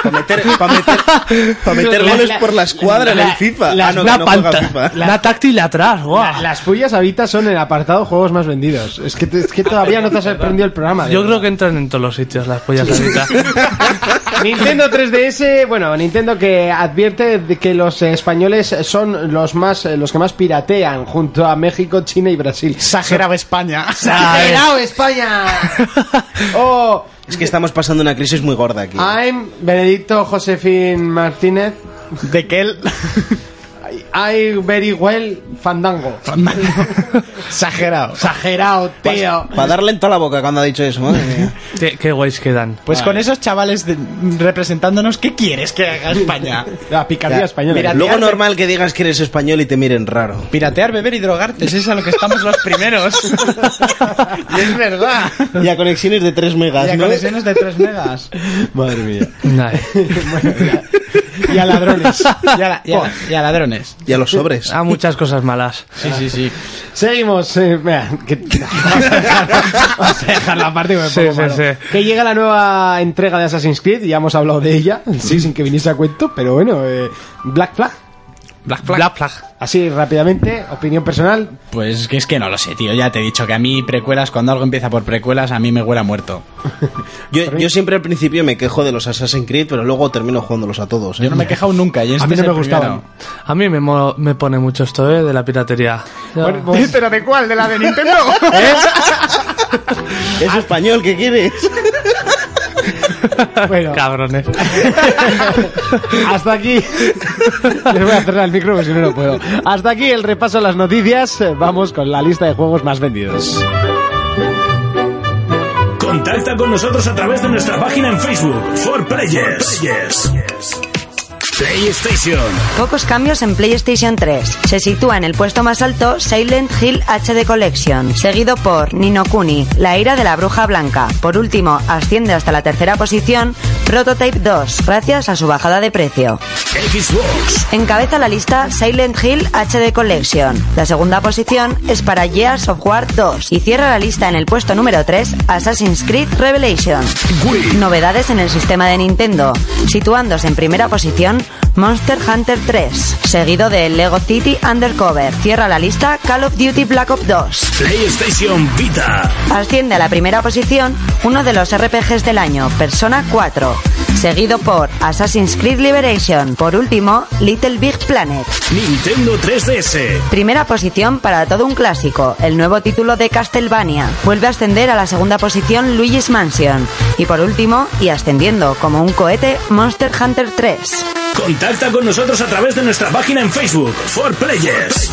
S5: Para meter, pa' meter, pa' meter
S1: La-
S5: goles
S1: la-
S5: por la escuadra en
S1: la-
S5: el FIFA.
S1: la-
S5: ah, no,
S6: una
S5: que no juega
S6: pantalla.
S5: FIFA.
S6: Una táctil atrás. guau.
S1: Las pullas habitas son el apartado juegos más vendidos. Es que, es que todavía no te has sorprendido el programa. de
S6: Yo
S1: verdad.
S6: creo que entran en todos los sitios las pollas ahorita.
S1: Nintendo 3DS, bueno, Nintendo que advierte de que los eh, españoles son los más eh, los que más piratean junto a México, China y Brasil.
S4: Exageraba (laughs) España.
S1: ¡Exagerado, España! (laughs) Oh,
S5: Es que estamos pasando una crisis muy gorda aquí.
S1: I'm Benedicto Josefín Martínez.
S4: De que él...
S1: I very well Fandango.
S4: Exagerado.
S1: Exagerado, tío.
S5: Para darle en toda la boca cuando ha dicho eso, madre mía.
S6: qué, qué guays quedan.
S4: Pues con esos chavales de- representándonos, ¿qué quieres que haga España?
S1: La picardía
S5: Ya.
S1: española.
S4: Mira,
S5: Luego
S4: Piratearte.
S5: normal que digas que eres español y te miren raro. (laughs)
S4: Piratear, beber y drogarte, si es a lo que estamos los primeros. y es verdad.
S5: Y a conexiones de 3 megas,
S4: Y a
S5: ¿no?
S4: conexiones de 3 megas.
S5: Madre mía.
S6: Ay.
S1: y a ladrones.
S4: Y a, la- y a la- y a ladrones.
S5: Y a los sobres.
S6: Ah, muchas cosas malas.
S4: Sí, sí, sí.
S1: Seguimos. eh, mira,
S4: (laughs)
S1: que- vamos, a dejar, vamos a dejar la parte que me
S6: Sí,
S1: pongo
S6: sí,
S1: malo.
S6: sí.
S1: Que llega la nueva entrega de Assassin's Creed, ya hemos hablado de ella, sí, sin que viniese a cuento, pero bueno, eh, Black Flag.
S4: Black Flag.
S1: Así rápidamente, opinión personal.
S4: Pues que es que no lo sé, tío. Ya te he dicho que a mí precuelas, cuando algo empieza por precuelas, a mí me huele a muerto.
S5: Yo, yo siempre al principio me quejo de los Assassin's Creed, pero luego termino jugándolos a todos. ¿eh?
S4: Yo no me he quejado nunca. Y este
S1: a mí
S4: es
S1: no
S4: el
S1: me gustaban.
S4: primero.
S6: A mí me, mo- me pone mucho esto, ¿eh? De la piratería. Ya.
S1: Bueno, pues- ¿Eh?
S4: ¿Pero de cuál? ¿De la
S1: (laughs)
S4: de Nintendo? (laughs)
S5: Es español, ¿qué quieres?
S1: bueno,
S6: Cabrones.
S1: hasta aquí. Les voy a cerrar el micro porque si no, no puedo. Hasta aquí el repaso de las noticias. Vamos con la lista de juegos más vendidos.
S2: Contacta con nosotros a través de nuestra página en Facebook, For Players. PlayStation,
S3: Pocos cambios en PlayStation 3. Se sitúa en el puesto más alto Silent Hill HD Collection, seguido por Nino Kuni, La ira de la bruja blanca. Por último, asciende hasta la tercera posición Prototype 2, gracias a su bajada de precio.
S2: Xbox,
S3: Encabeza la lista Silent Hill HD Collection. La segunda posición es para Gears of War 2 y cierra la lista en el puesto número 3 Assassin's Creed Revelation. Novedades en el sistema de Nintendo, situándose en primera posición Monster Hunter 3, seguido de Lego City Undercover. Cierra la lista Call of Duty Black Ops 2.
S2: PlayStation Vita,
S3: Asciende a la primera posición uno de los RPGs del año, Persona 4, seguido por Assassin's Creed Liberation. Por último, Little Big Planet.
S2: Nintendo 3DS,
S3: Primera posición para todo un clásico, el nuevo título de Castlevania. Vuelve a ascender a la segunda posición Luigi's Mansion. Y por último, y ascendiendo como un cohete, Monster Hunter 3.
S2: Contacta con nosotros a través de nuestra página en Facebook, For Players.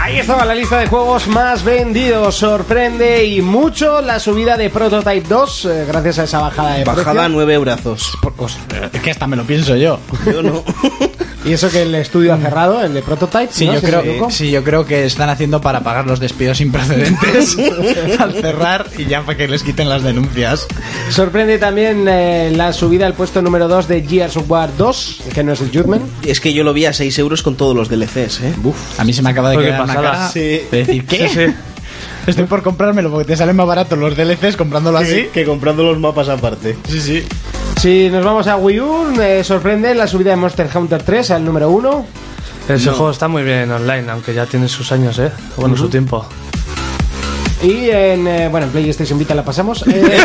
S1: Ahí estaba la lista de juegos más vendidos. Sorprende y mucho la subida de Prototype 2 eh, gracias a esa bajada de
S5: Bajada a (laughs)
S1: precio.
S5: 9 brazos.
S4: Ostras, es que hasta me lo pienso yo.
S5: Yo (laughs) no.
S1: Y eso que el estudio ha cerrado, el de Prototype.
S4: Sí,
S1: ¿no?
S4: yo
S1: Si me
S4: creo,
S1: equivoco.
S4: sí, yo creo que están haciendo para pagar los despidos (laughs) improcedentes al cerrar y ya para que les quiten las denuncias.
S1: Sorprende también eh, la subida al puesto número 2 de Gears of War 2, que no es el Judgment.
S5: Es que yo lo vi a 6 euros con todos los DLCs, ¿eh?
S4: A mí se me acaba de
S6: Porque
S4: quedar una
S6: pasada.
S4: cara
S6: Sí.
S4: de decir, ¿qué?
S6: Sí, sí.
S4: Estoy por comprármelo porque te salen más baratos los DLCs
S5: ¿Ah,
S4: comprándolo así.
S5: Que comprando los mapas aparte.
S4: Sí, sí.
S1: Si nos vamos a Wii U, eh, sorprende la subida de Monster Hunter 3 al número 1.
S6: Ese juego está muy bien online, aunque ya tiene sus años, ¿eh? Bueno, su tiempo.
S1: Y en, eh, bueno, en PlayStation Vita la pasamos. Eh, (laughs)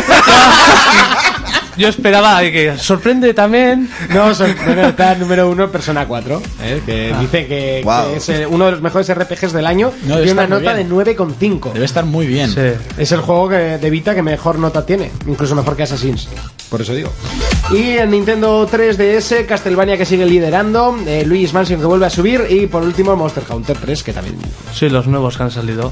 S6: Yo esperaba que sorprende también.
S1: No, son- bueno, está el número uno Persona 4, ¿eh? que dice que,
S5: Wow.
S1: que es eh, uno de los mejores RPGs del año
S4: Ah. No,
S1: y
S4: está
S1: una
S4: muy
S1: nota
S4: bien.
S1: de 9,5.
S4: Debe estar muy bien.
S6: Sí.
S1: Es el juego que, de Vita que mejor nota tiene, incluso mejor que Assassin's. Por eso digo. Y el Nintendo 3DS, Castlevania que sigue liderando, eh, Luis Mansion que vuelve a subir y por último Monster Hunter 3 que también...
S6: Sí, los nuevos que han salido.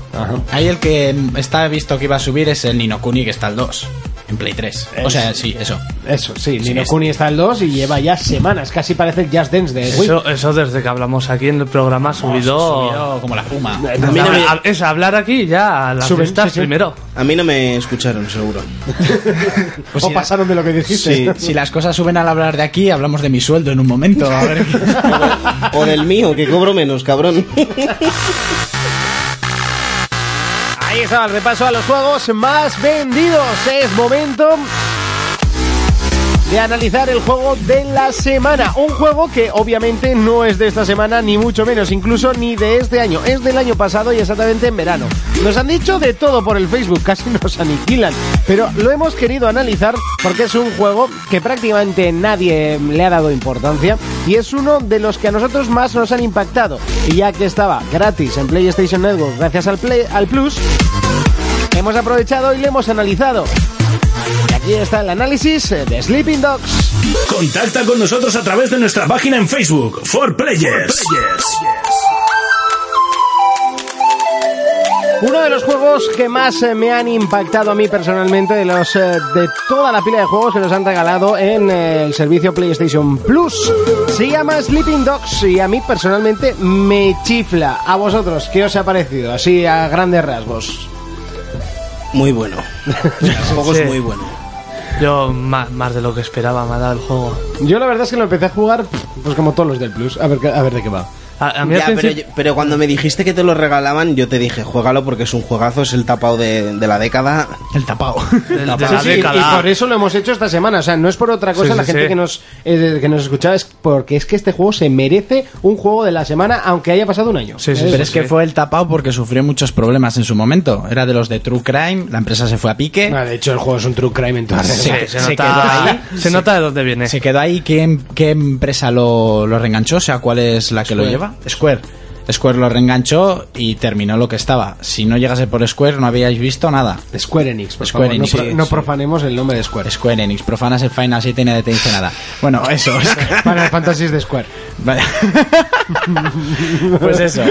S4: Ahí el que está visto que iba a subir es el Nino Kuni, que está el 2, en Play 3. O sea, sí, eso.
S1: Eso, sí,
S4: Sí,
S1: Nino
S4: es-
S1: Kuni está el 2 y lleva ya semanas, casi parece el Just Dance de Wii.
S6: Eso, eso desde que hablamos aquí en el programa ha subido...
S4: Subido como la puma.
S6: A mí no me- a- Es hablar aquí ya a las
S1: Sube,
S6: vistas
S1: sí, sí.
S6: primero.
S5: A mí no me escucharon, seguro.
S4: Pues
S1: o
S4: si-
S1: pasaron de lo que dijiste.
S5: Sí.
S4: Si las cosas suben al hablar de aquí, hablamos de mi sueldo en un momento.
S6: (laughs)
S4: A ver qué-
S5: O del mío, que cobro menos, cabrón.
S1: Ahí estaba el repaso a los juegos más vendidos. Es momento de analizar el juego de la semana. Un juego que obviamente no es de esta semana, ni mucho menos, incluso ni de este año. Es del año pasado y exactamente en verano. Nos han dicho de todo por el Facebook, (laughs) casi nos aniquilan. Pero lo hemos querido analizar porque es un juego que prácticamente nadie le ha dado importancia y es uno de los que a nosotros más nos han impactado. Y ya que estaba gratis en PlayStation Network gracias al, Play, al Plus, hemos aprovechado y le hemos analizado. Y aquí está el análisis eh, de Sleeping Dogs.
S2: Contacta con nosotros a través de nuestra página en Facebook, For Players.
S1: Uno de los juegos que más eh, me han impactado a mí personalmente de los eh, de toda la pila de juegos que nos han regalado en eh, el servicio PlayStation Plus se llama Sleeping Dogs y a mí personalmente me chifla. A vosotros, ¿qué os ha parecido? Así a grandes rasgos.
S5: Muy
S6: (laughs)
S5: bueno. El juego
S6: Sí.
S5: es muy bueno.
S6: Yo más, más de lo que esperaba me ha dado el juego.
S1: Yo la verdad es que lo empecé a jugar pues como todos los del Plus, a ver qué- a ver de qué va.
S6: A, a mí al
S5: Ya, pero,
S6: principio-
S5: yo- pero cuando me dijiste que te lo regalaban, yo te dije, juégalo porque es un juegazo, es el tapado de, de la década.
S4: El tapado.
S6: el de
S1: Sí,
S6: la
S1: sí, y,
S6: década. Ah,
S1: y por eso lo hemos hecho esta semana. O sea, no es por otra cosa
S6: Sí, sí,
S1: la gente
S6: sí.
S1: que nos eh, que nos escuchaba, es porque es que este juego se merece un juego de la semana, aunque haya pasado un año.
S6: Sí,
S1: Eh,
S6: sí,
S4: Pero
S6: sí,
S4: es que
S6: sí.
S4: fue el tapado porque sufrió muchos problemas en su momento. Era de los de True Crime, la empresa se fue a pique.
S1: Ah, de hecho, el juego es un true crime en todas
S6: Sí,
S1: regla.
S6: se,
S4: se quedó
S6: nota,
S4: ahí.
S6: (laughs) se nota de dónde viene.
S4: Se quedó ahí. ¿Qué, em- qué empresa lo, lo reenganchó? O sea, ¿cuál es la que lo lleva? Square. Square lo reenganchó y terminó lo que estaba. Si no llegase por Square, no habíais visto nada.
S1: Square Enix, por
S4: Square
S1: favor,
S4: Enix,
S1: no, pro-
S4: sí,
S1: no
S4: sí.
S1: profanemos el nombre de Square.
S4: Square Enix, profanas el Final 7 y nadie te dice nada. Bueno, eso. o
S6: (laughs)
S4: sea,
S1: (laughs) Para el Fantasies de Square.
S4: Vale. pues eso.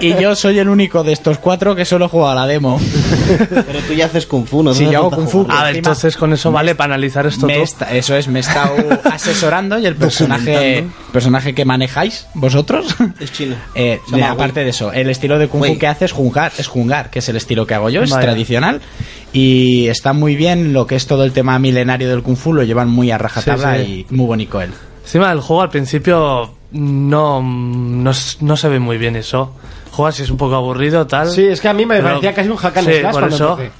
S4: Y yo soy el único de estos cuatro que solo juega a la demo.
S5: Pero tú ya haces Kung Fu, ¿no?
S4: Sí,
S5: No
S4: yo hago
S5: hace falta
S4: Kung Fu.
S5: jugar.
S6: A ver,
S4: encima-
S6: entonces con eso vale para analizar esto
S4: Me
S6: todo.
S4: está- eso es, me he
S6: (laughs)
S4: estado asesorando y el personaje,
S5: Documentando.
S4: personaje que manejáis vosotros.
S5: Es chino.
S4: (laughs) eh,
S5: Se llama
S4: aparte de eso, el estilo de Kung Fu
S5: Wei.
S4: que hace es jungar, es jungar, que es el estilo que hago yo, es
S6: Vaya.
S4: tradicional. Y está muy bien lo que es todo el tema milenario del Kung Fu, lo llevan muy a rajatabla
S6: Sí, sí.
S4: y muy bonito él.
S6: Encima del juego al principio no, no, s- no se ve muy bien eso. Juegas y es un poco aburrido, tal.
S1: Sí, es que a mí me
S6: Pero-
S1: parecía casi un hack and
S6: sí,
S1: slash
S6: por
S1: cuando
S6: eso.
S1: empecé.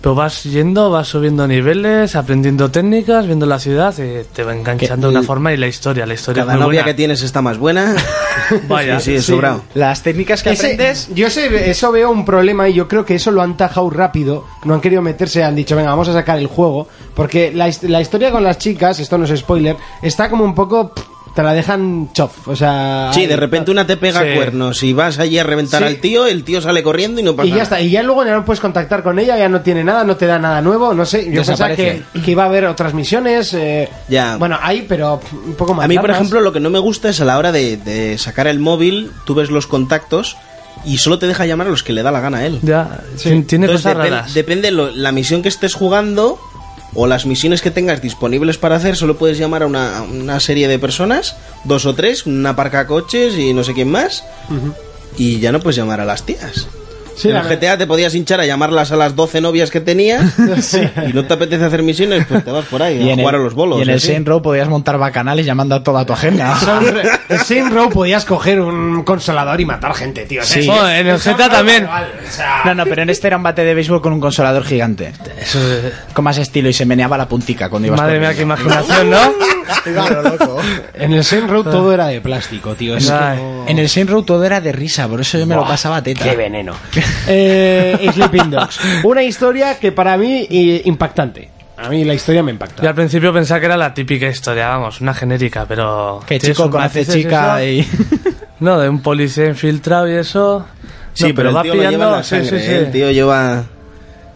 S6: Pero vas yendo, vas subiendo niveles, aprendiendo técnicas, viendo la ciudad, y te va enganchando de una
S5: el-
S6: forma y la historia, la historia
S5: Cada
S6: es muy
S5: novia
S6: buena.
S5: que tienes está más buena.
S6: (laughs) Vaya.
S5: sí, sí, es
S6: Sí.
S5: sobrado.
S4: Las técnicas que
S1: Ese-
S4: aprendes
S1: yo sé, eso veo un problema y yo creo que eso lo han tajado rápido. No han querido meterse, han dicho, venga, vamos a sacar el juego. Porque la, his- la historia con las chicas, esto no es spoiler, está como un poco. pff, Te la dejan chof. O sea.
S5: Sí,
S1: ahí-
S5: de repente una te pega
S6: Sí.
S5: cuernos y vas allí a reventar
S1: Sí.
S5: al tío, el tío sale corriendo y no pasa
S1: Y ya
S5: nada.
S1: está, y ya luego ya no puedes contactar con ella, ya no tiene nada, no te da nada nuevo, no sé. Yo pensaba que,
S4: Desaparece.
S1: que iba a haber otras misiones. eh,
S5: Ya.
S1: Bueno, hay, pero pff, un poco más.
S5: A mí, por
S1: largas.
S5: ejemplo, lo que no me gusta es a la hora de, de sacar el móvil, tú ves los contactos y solo te deja llamar a los que le da la gana a él.
S6: Ya, tien- tiene
S5: Entonces,
S6: cosas
S5: depen-
S6: raras.
S5: Depende lo- la misión que estés jugando o las misiones que tengas disponibles para hacer, solo puedes llamar a una, a una serie de personas, dos o tres, una parca coches y no sé quién más, y ya no puedes llamar a las tías.
S1: Sí,
S5: en
S1: la
S5: el GTA te podías hinchar a llamarlas a las 12 novias
S1: (laughs)
S5: que tenías y no te apetece hacer misiones, pues te vas por ahí
S4: y
S5: a
S4: en
S5: jugar
S4: el,
S5: a los bolos. ¿eh?
S4: y en el
S5: así.
S4: Shenrow podías montar bacanales llamando a toda
S6: (laughs)
S4: tu agenda.
S1: En Saints Row podías coger un consolador y matar gente, tío. ¿eh? O sea,
S4: Sí.
S1: es que-
S6: Oh, en el
S1: es un
S6: GTA
S1: juego
S6: también.
S1: medieval, o sea,
S4: No, no, pero en este era un bate de béisbol con un consolador gigante.
S6: Eso
S5: (laughs)
S6: es-
S4: Con más estilo y se meneaba la puntica cuando ibas
S6: madre mía, qué
S4: corriendo.
S6: imaginación, ¿no?
S5: (laughs)
S1: En el Saints Row todo era de plástico, tío. Es
S6: Ay.
S1: como-
S4: En el Shenrow todo era de risa, por eso yo me lo pasaba teta.
S1: Qué veneno. Eh, Sleeping Dogs. Una historia que para mí eh, impactante. A mí la historia me impacta.
S6: Yo al principio pensaba que era la típica historia, vamos, una genérica, pero...
S4: Que
S6: tiene
S4: chico
S6: sus
S4: conoce
S6: matices
S4: chica
S6: eso.
S4: y... (laughs)
S6: No, de un policía infiltrado y eso...
S5: Sí,
S6: No,
S5: pero, el tío lo lleva en la
S6: sí, sí,
S5: sangre,
S6: sí.
S5: ¿eh? el tío lleva...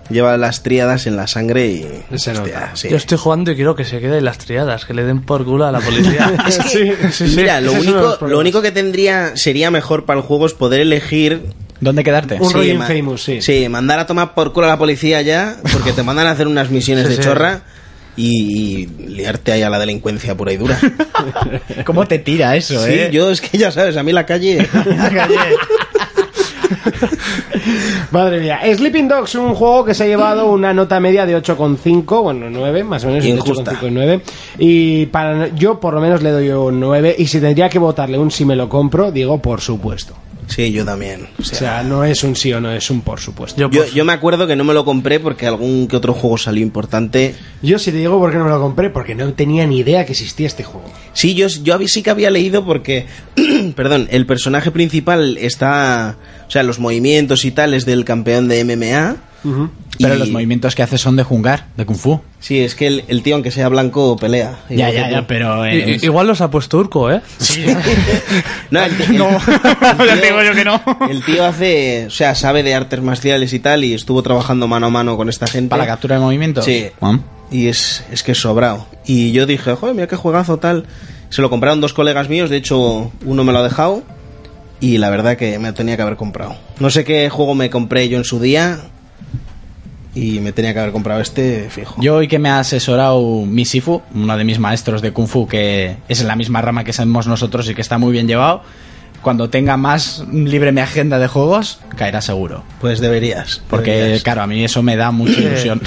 S5: Lleva las tríadas en la sangre y.
S7: Se nota.
S5: sí.
S6: Yo estoy jugando y quiero que se queden las triadas, que le den por
S5: (laughs)
S6: culo a la policía.
S5: Es que,
S6: Sí, sí,
S5: mira, lo
S6: ese es uno
S5: único,
S6: de los
S5: lo
S6: problemas.
S5: único que tendría sería mejor para el juego es poder elegir.
S4: ¿Dónde quedarte?
S7: Un rollo
S5: ma-
S7: Infamous, sí.
S5: Sí, mandar a tomar por culo a la policía ya, porque te mandan a hacer unas misiones
S6: (laughs) Sí,
S5: de
S6: sí.
S5: chorra y, y liarte ahí a la delincuencia pura y
S6: (laughs)
S5: dura.
S4: ¿Cómo te tira eso,
S5: Sí,
S4: eh?
S5: yo es que ya sabes, a mí la calle. (laughs)
S1: (laughs) Madre mía. Sleeping Dogs, un juego que se ha llevado una nota media de 8,5, bueno, 9, más o menos. entre
S5: Injusta.
S1: 8,5 y 9. Y para, yo por lo menos le doy un 9. Y si tendría que votarle un si me lo compro, digo por supuesto.
S5: Sí, yo también. O
S1: O
S5: sea,
S1: sea, no es un sí o no, es un por supuesto.
S6: Yo,
S5: yo,
S6: pues,
S5: yo me acuerdo que no me lo compré porque algún que otro juego salió importante.
S1: Yo si te digo por qué no me lo compré, porque no tenía ni idea que existía este juego.
S5: Sí, yo, yo habí- sí que había leído porque, (clears throat) perdón, el personaje principal está, o sea, los movimientos y tales del campeón de MMA.
S4: Pero
S5: y-
S4: los movimientos que hace son de jungar, de kung fu.
S5: Sí, es que el, el tío, aunque sea blanco, pelea. Igual que tú.
S4: pero...
S6: i- i- igual los ha puesto turco, ¿eh?
S5: No, el, el- el tío, El tío hace, o sea, sabe de artes marciales y tal, y estuvo trabajando mano a mano con esta gente.
S4: ¿Para la captura de movimientos?
S5: Sí.
S4: Juan.
S5: Y es, es que es sobrado. Y yo dije, joder, mira qué juegazo tal. Se lo compraron dos colegas míos, de hecho, uno me lo ha dejado. Y la verdad que me lo tenía que haber comprado. No sé qué juego me compré yo en su día. Y me tenía que haber comprado este, fijo.
S4: Yo hoy que me ha asesorado mi Sifu, uno de mis maestros de Kung Fu, que es en la misma rama que sabemos nosotros y que está muy bien llevado, cuando tenga más libre mi agenda de juegos, caerá seguro.
S5: Pues deberías.
S4: Porque,
S5: deberías.
S4: claro, a mí eso me da mucha ilusión.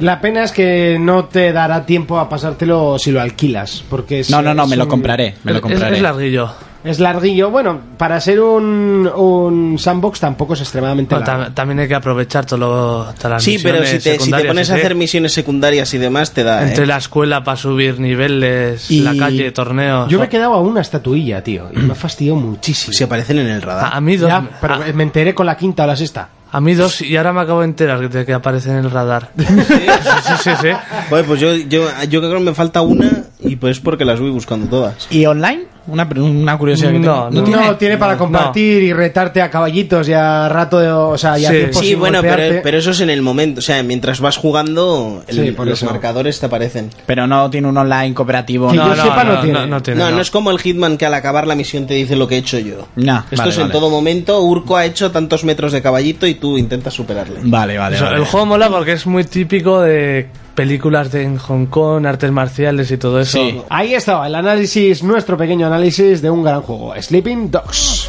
S1: La pena es que no te dará tiempo a pasártelo si lo alquilas, porque es-
S4: No, no, no,
S1: es
S4: me lo
S1: un-
S4: compraré, me lo
S6: Es- es,
S4: compraré.
S6: es larguillo.
S1: Es larguillo, bueno, para ser un, un sandbox tampoco es extremadamente
S6: Bueno,
S1: largo.
S6: tam- también hay que aprovechar todo lo- todas las
S5: Sí, pero si
S6: misiones
S5: te, si te
S6: secundarias,
S5: pones a
S6: sí, sí.
S5: hacer misiones secundarias y demás, te da. ¿eh?
S6: Entre la escuela para subir niveles,
S1: Y-
S6: la calle, torneos.
S1: Yo me he quedado a una estatuilla, tío, y me ha fastidiado muchísimo.
S5: Si aparecen en el radar.
S6: a, a mí dos.
S1: Ya, pero
S6: a,
S1: me enteré con la quinta o la sexta.
S6: a mí dos, y ahora me acabo de enterar que, te, que aparece en el radar. Sí, sí, sí. (laughs) sí.
S5: Joder, pues yo, yo, yo creo que me falta una y pues porque las voy buscando todas.
S4: ¿Y online? Una, pre- una curiosidad que tengo.
S6: No, no.
S1: tiene,
S6: tiene?
S1: para
S6: No.
S1: compartir y retarte a caballitos y a rato de, o sea, y a
S6: Sí.
S1: tiempo
S5: Sí,
S1: sin
S5: bueno, pero,
S1: golpearte.
S5: pero eso es en el momento. O sea, mientras vas jugando, el-
S1: Sí, por
S5: los
S1: eso.
S5: marcadores te aparecen.
S4: Pero no tiene un online cooperativo.
S1: Que
S4: no.
S1: yo sepa, no tiene.
S5: no, no es como el Hitman que al acabar la misión te dice lo que he hecho yo.
S4: Nah,
S5: Esto
S4: vale,
S5: es en
S4: vale.
S5: todo momento. Urco ha hecho tantos metros de caballito y tú intentas superarle.
S4: Vale, vale,
S6: O sea,
S4: vale.
S6: El juego mola porque es muy típico de películas de en Hong Kong, artes marciales y todo eso.
S4: Sí.
S1: Ahí estaba el análisis, nuestro pequeño análisis de un gran juego, Sleeping Dogs.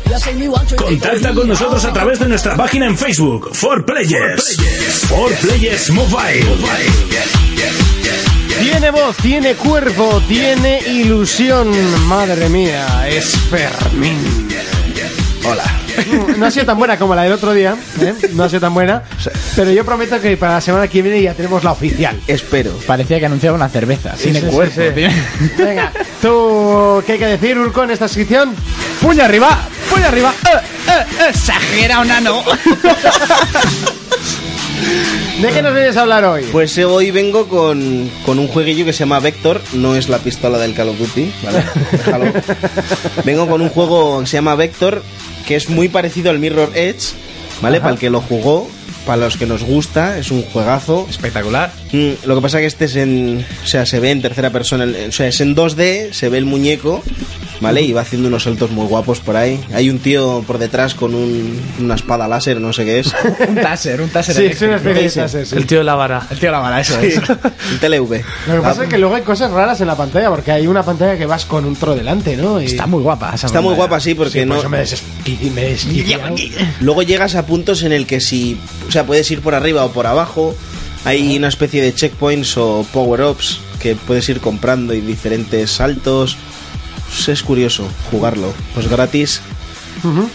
S2: Contacta con nosotros a través de nuestra página en Facebook, For Players. For Players Mobile.
S1: Tiene voz, tiene cuerpo, tiene ilusión. Madre mía, es Fermín.
S5: Hola.
S1: No ha sido tan buena como la del otro día, ¿eh? no ha sido tan buena, pero yo prometo que para la semana que viene ya tenemos la oficial.
S5: Espero.
S4: Parecía que anunciaba una cerveza. tiene
S6: sí,
S4: cuerpo.
S6: sí.
S4: tiene-
S1: Venga, tú, ¿qué hay que decir, Urco, en esta inscripción? Puño arriba, puño arriba. eh, eh,
S4: Exagera una no. (laughs)
S1: eh. ¿De qué nos vienes a hablar hoy?
S5: Pues eh, hoy vengo con, con un jueguillo que se llama Vector, no es la pistola del Call of Duty,
S1: (laughs)
S5: ¿vale? Déjalo. Vengo con un juego que se llama Vector, que es muy parecido al Mirror Edge, ¿vale? Para el que lo jugó, para los que nos gusta, es un juegazo.
S4: Espectacular.
S5: Mm, Lo que pasa que este es en. O sea, se ve en tercera persona. en- O sea, es en 2D, se ve el muñeco, ¿vale? Y va haciendo unos saltos muy guapos por ahí. Hay un tío por detrás con un- una espada láser, no sé
S1: (laughs)
S5: qué es.
S4: Un taser, un taser.
S1: Sí, sí,
S4: eléctrico.
S1: una especie de sí.
S6: El tío de la vara.
S4: El tío la mala, eso ¿eh? es.
S5: Un TLV.
S1: Lo que pasa es que luego hay cosas raras en la pantalla, porque hay una pantalla que vas con un tro delante, ¿no? Y-
S4: Está muy guapa. esa
S5: Está muy
S4: pantalla.
S5: guapa, sí, porque
S1: Sí, por
S5: no.
S1: eso me desesqui- me he desquiciado.
S5: Luego llegas a puntos en el que si, o sea, puedes ir por arriba o por abajo. Hay una especie de checkpoints o power-ups que puedes ir comprando y diferentes saltos. Pues es curioso jugarlo. Pues gratis.
S1: Un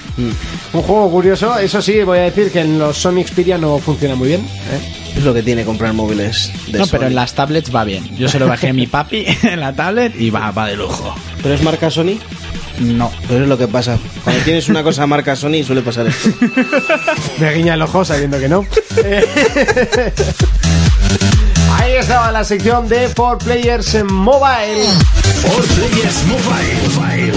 S1: juego curioso, eso sí, voy a decir que en los Sony Xperia no funciona muy bien. ¿eh?
S5: Es lo que tiene comprar móviles de
S4: No,
S5: Sony.
S4: pero en las tablets va bien. Yo se lo bajé a mi papi (laughs) en la tablet y va, va de lujo.
S5: ¿Pero es marca Sony?
S4: No.
S5: Pero es lo que pasa. Cuando tienes una cosa marca Sony suele pasar esto.
S1: Me guiña el ojo sabiendo que
S5: (laughs)
S1: no. Eh, Ahí estaba la sección de 4 Players en Mobile.
S2: For Players Mobile.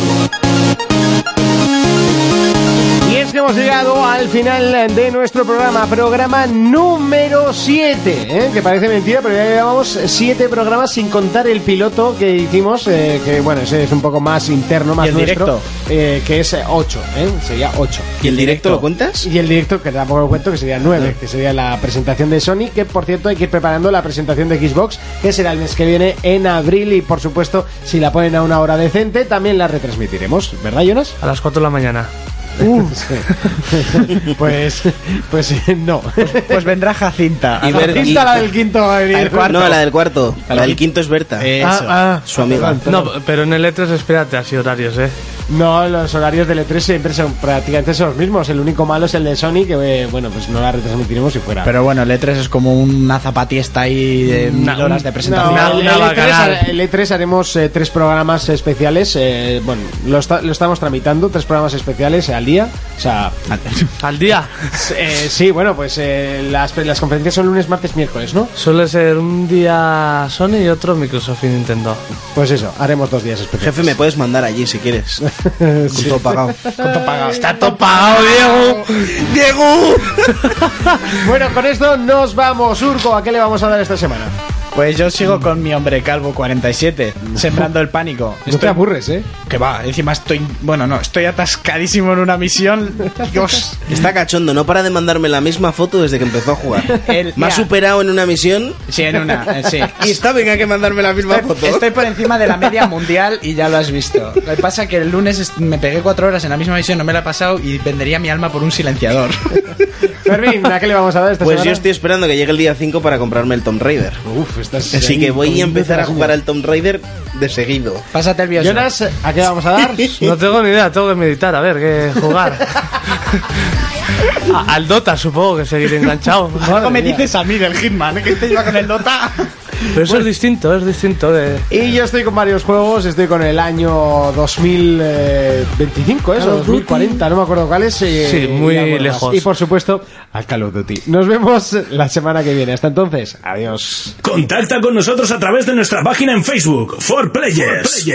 S1: Y en es que hemos llegado al final de nuestro programa, programa número 7, ¿eh? que parece mentira, pero ya llevamos 7 programas sin contar el piloto que hicimos, eh, que bueno, ese es un poco más interno, más
S5: el
S1: nuestro,
S5: directo?
S1: eh, que es 8, sería 8.
S5: ¿Y el directo lo cuentas?
S1: Y el directo, que tampoco lo cuento, que sería 9, que sería la presentación de Sony, que por cierto hay que ir preparando la presentación de Xbox, que será el mes que viene en abril y por supuesto, si la ponen a una hora decente, también la retransmitiremos, ¿verdad, Jonas?
S6: A las 4 de la mañana.
S1: (laughs) Sí. pues, pues (laughs) eh, no.
S4: Pues vendrá Jacinta.
S5: Y ver- y-
S1: Quinta la del quinto va a venir.
S5: No, la del cuarto. La del quinto es Berta.
S4: Eso.
S6: Ah,
S5: Su amiga.
S6: ah. No, pero en el E3 espérate así horarios, ¿eh?
S1: No, los horarios del E3 siempre son prácticamente son los mismos. El único malo es el de Sony, que eh, bueno, pues no la retransmitiremos si fuera.
S4: Pero bueno, el E3 es como una zapatiesta ahí de mil
S6: Una-
S4: horas de
S1: No,
S4: presentación.
S1: el,
S6: Una
S1: el E3,
S6: bacanal.
S1: ha- el E3 haremos eh, tres programas especiales. eh, bueno, lo, esta- lo estamos tramitando, tres programas especiales al día. O sea,
S6: Al día.
S1: eh, sí, bueno, pues eh, las, las conferencias son lunes, martes, miércoles, ¿no?
S6: Suele ser un día Sony y otro Microsoft y Nintendo.
S1: Pues eso, haremos dos días especiales.
S5: Jefe, me puedes mandar allí si (laughs) quieres. Con todo pagado.
S6: ¡Está topado, Diego!
S5: ¡Diego!
S1: Bueno, con esto nos vamos. Urco, ¿a qué le vamos a dar esta semana?
S4: Pues yo sigo con mi hombre calvo 47, sembrando el pánico.
S1: No te aburres, ¿eh?
S4: Que va, encima estoy. Bueno, no, estoy atascadísimo en una misión. Dios.
S5: Está cachondo, no para de mandarme la misma foto desde que empezó a jugar.
S4: El-
S5: Me ha
S4: ya.
S5: superado en una misión
S4: Sí, en una, eh, sí.
S5: y está venga que mandarme la misma foto.
S4: Estoy por encima de la media mundial y ya lo has visto. Lo que pasa es que el lunes est- me pegué cuatro horas en la misma misión, no me la he pasado y vendería mi alma por un silenciador.
S1: Fermín, ¿a qué le vamos a dar esta
S5: Pues yo
S1: semana?
S5: estoy esperando que llegue el día 5 para comprarme el Tomb Raider.
S1: Uf, estás
S5: Así
S1: ahí
S5: que voy a
S1: comiendo
S5: empezar a
S1: las
S5: jugar
S1: uñas.
S5: al Pues Tomb Raider de seguido.
S4: Pásate el Bioshock.
S1: Jonas, ¿a qué vamos a
S5: (laughs)
S1: dar?
S6: No tengo ni idea, tengo que meditar, a ver, qué jugar. (laughs) A- al Dota supongo que seguiré
S5: (laughs)
S6: enganchado.
S4: Algo me dices a mí del Hitman, que te lleva con el Dota.
S6: Pero eso es distinto, es distinto de...
S1: Y yo estoy con varios juegos, estoy con el año 2025, ¿eh? O 2040, no me acuerdo cuál es. eh,
S6: Sí, muy
S1: y alguno más.
S6: lejos.
S1: Y por supuesto, al Call of Duty. Nos vemos la semana que viene. Hasta entonces, adiós.
S2: Contacta con nosotros a través de nuestra página en Facebook, For Players.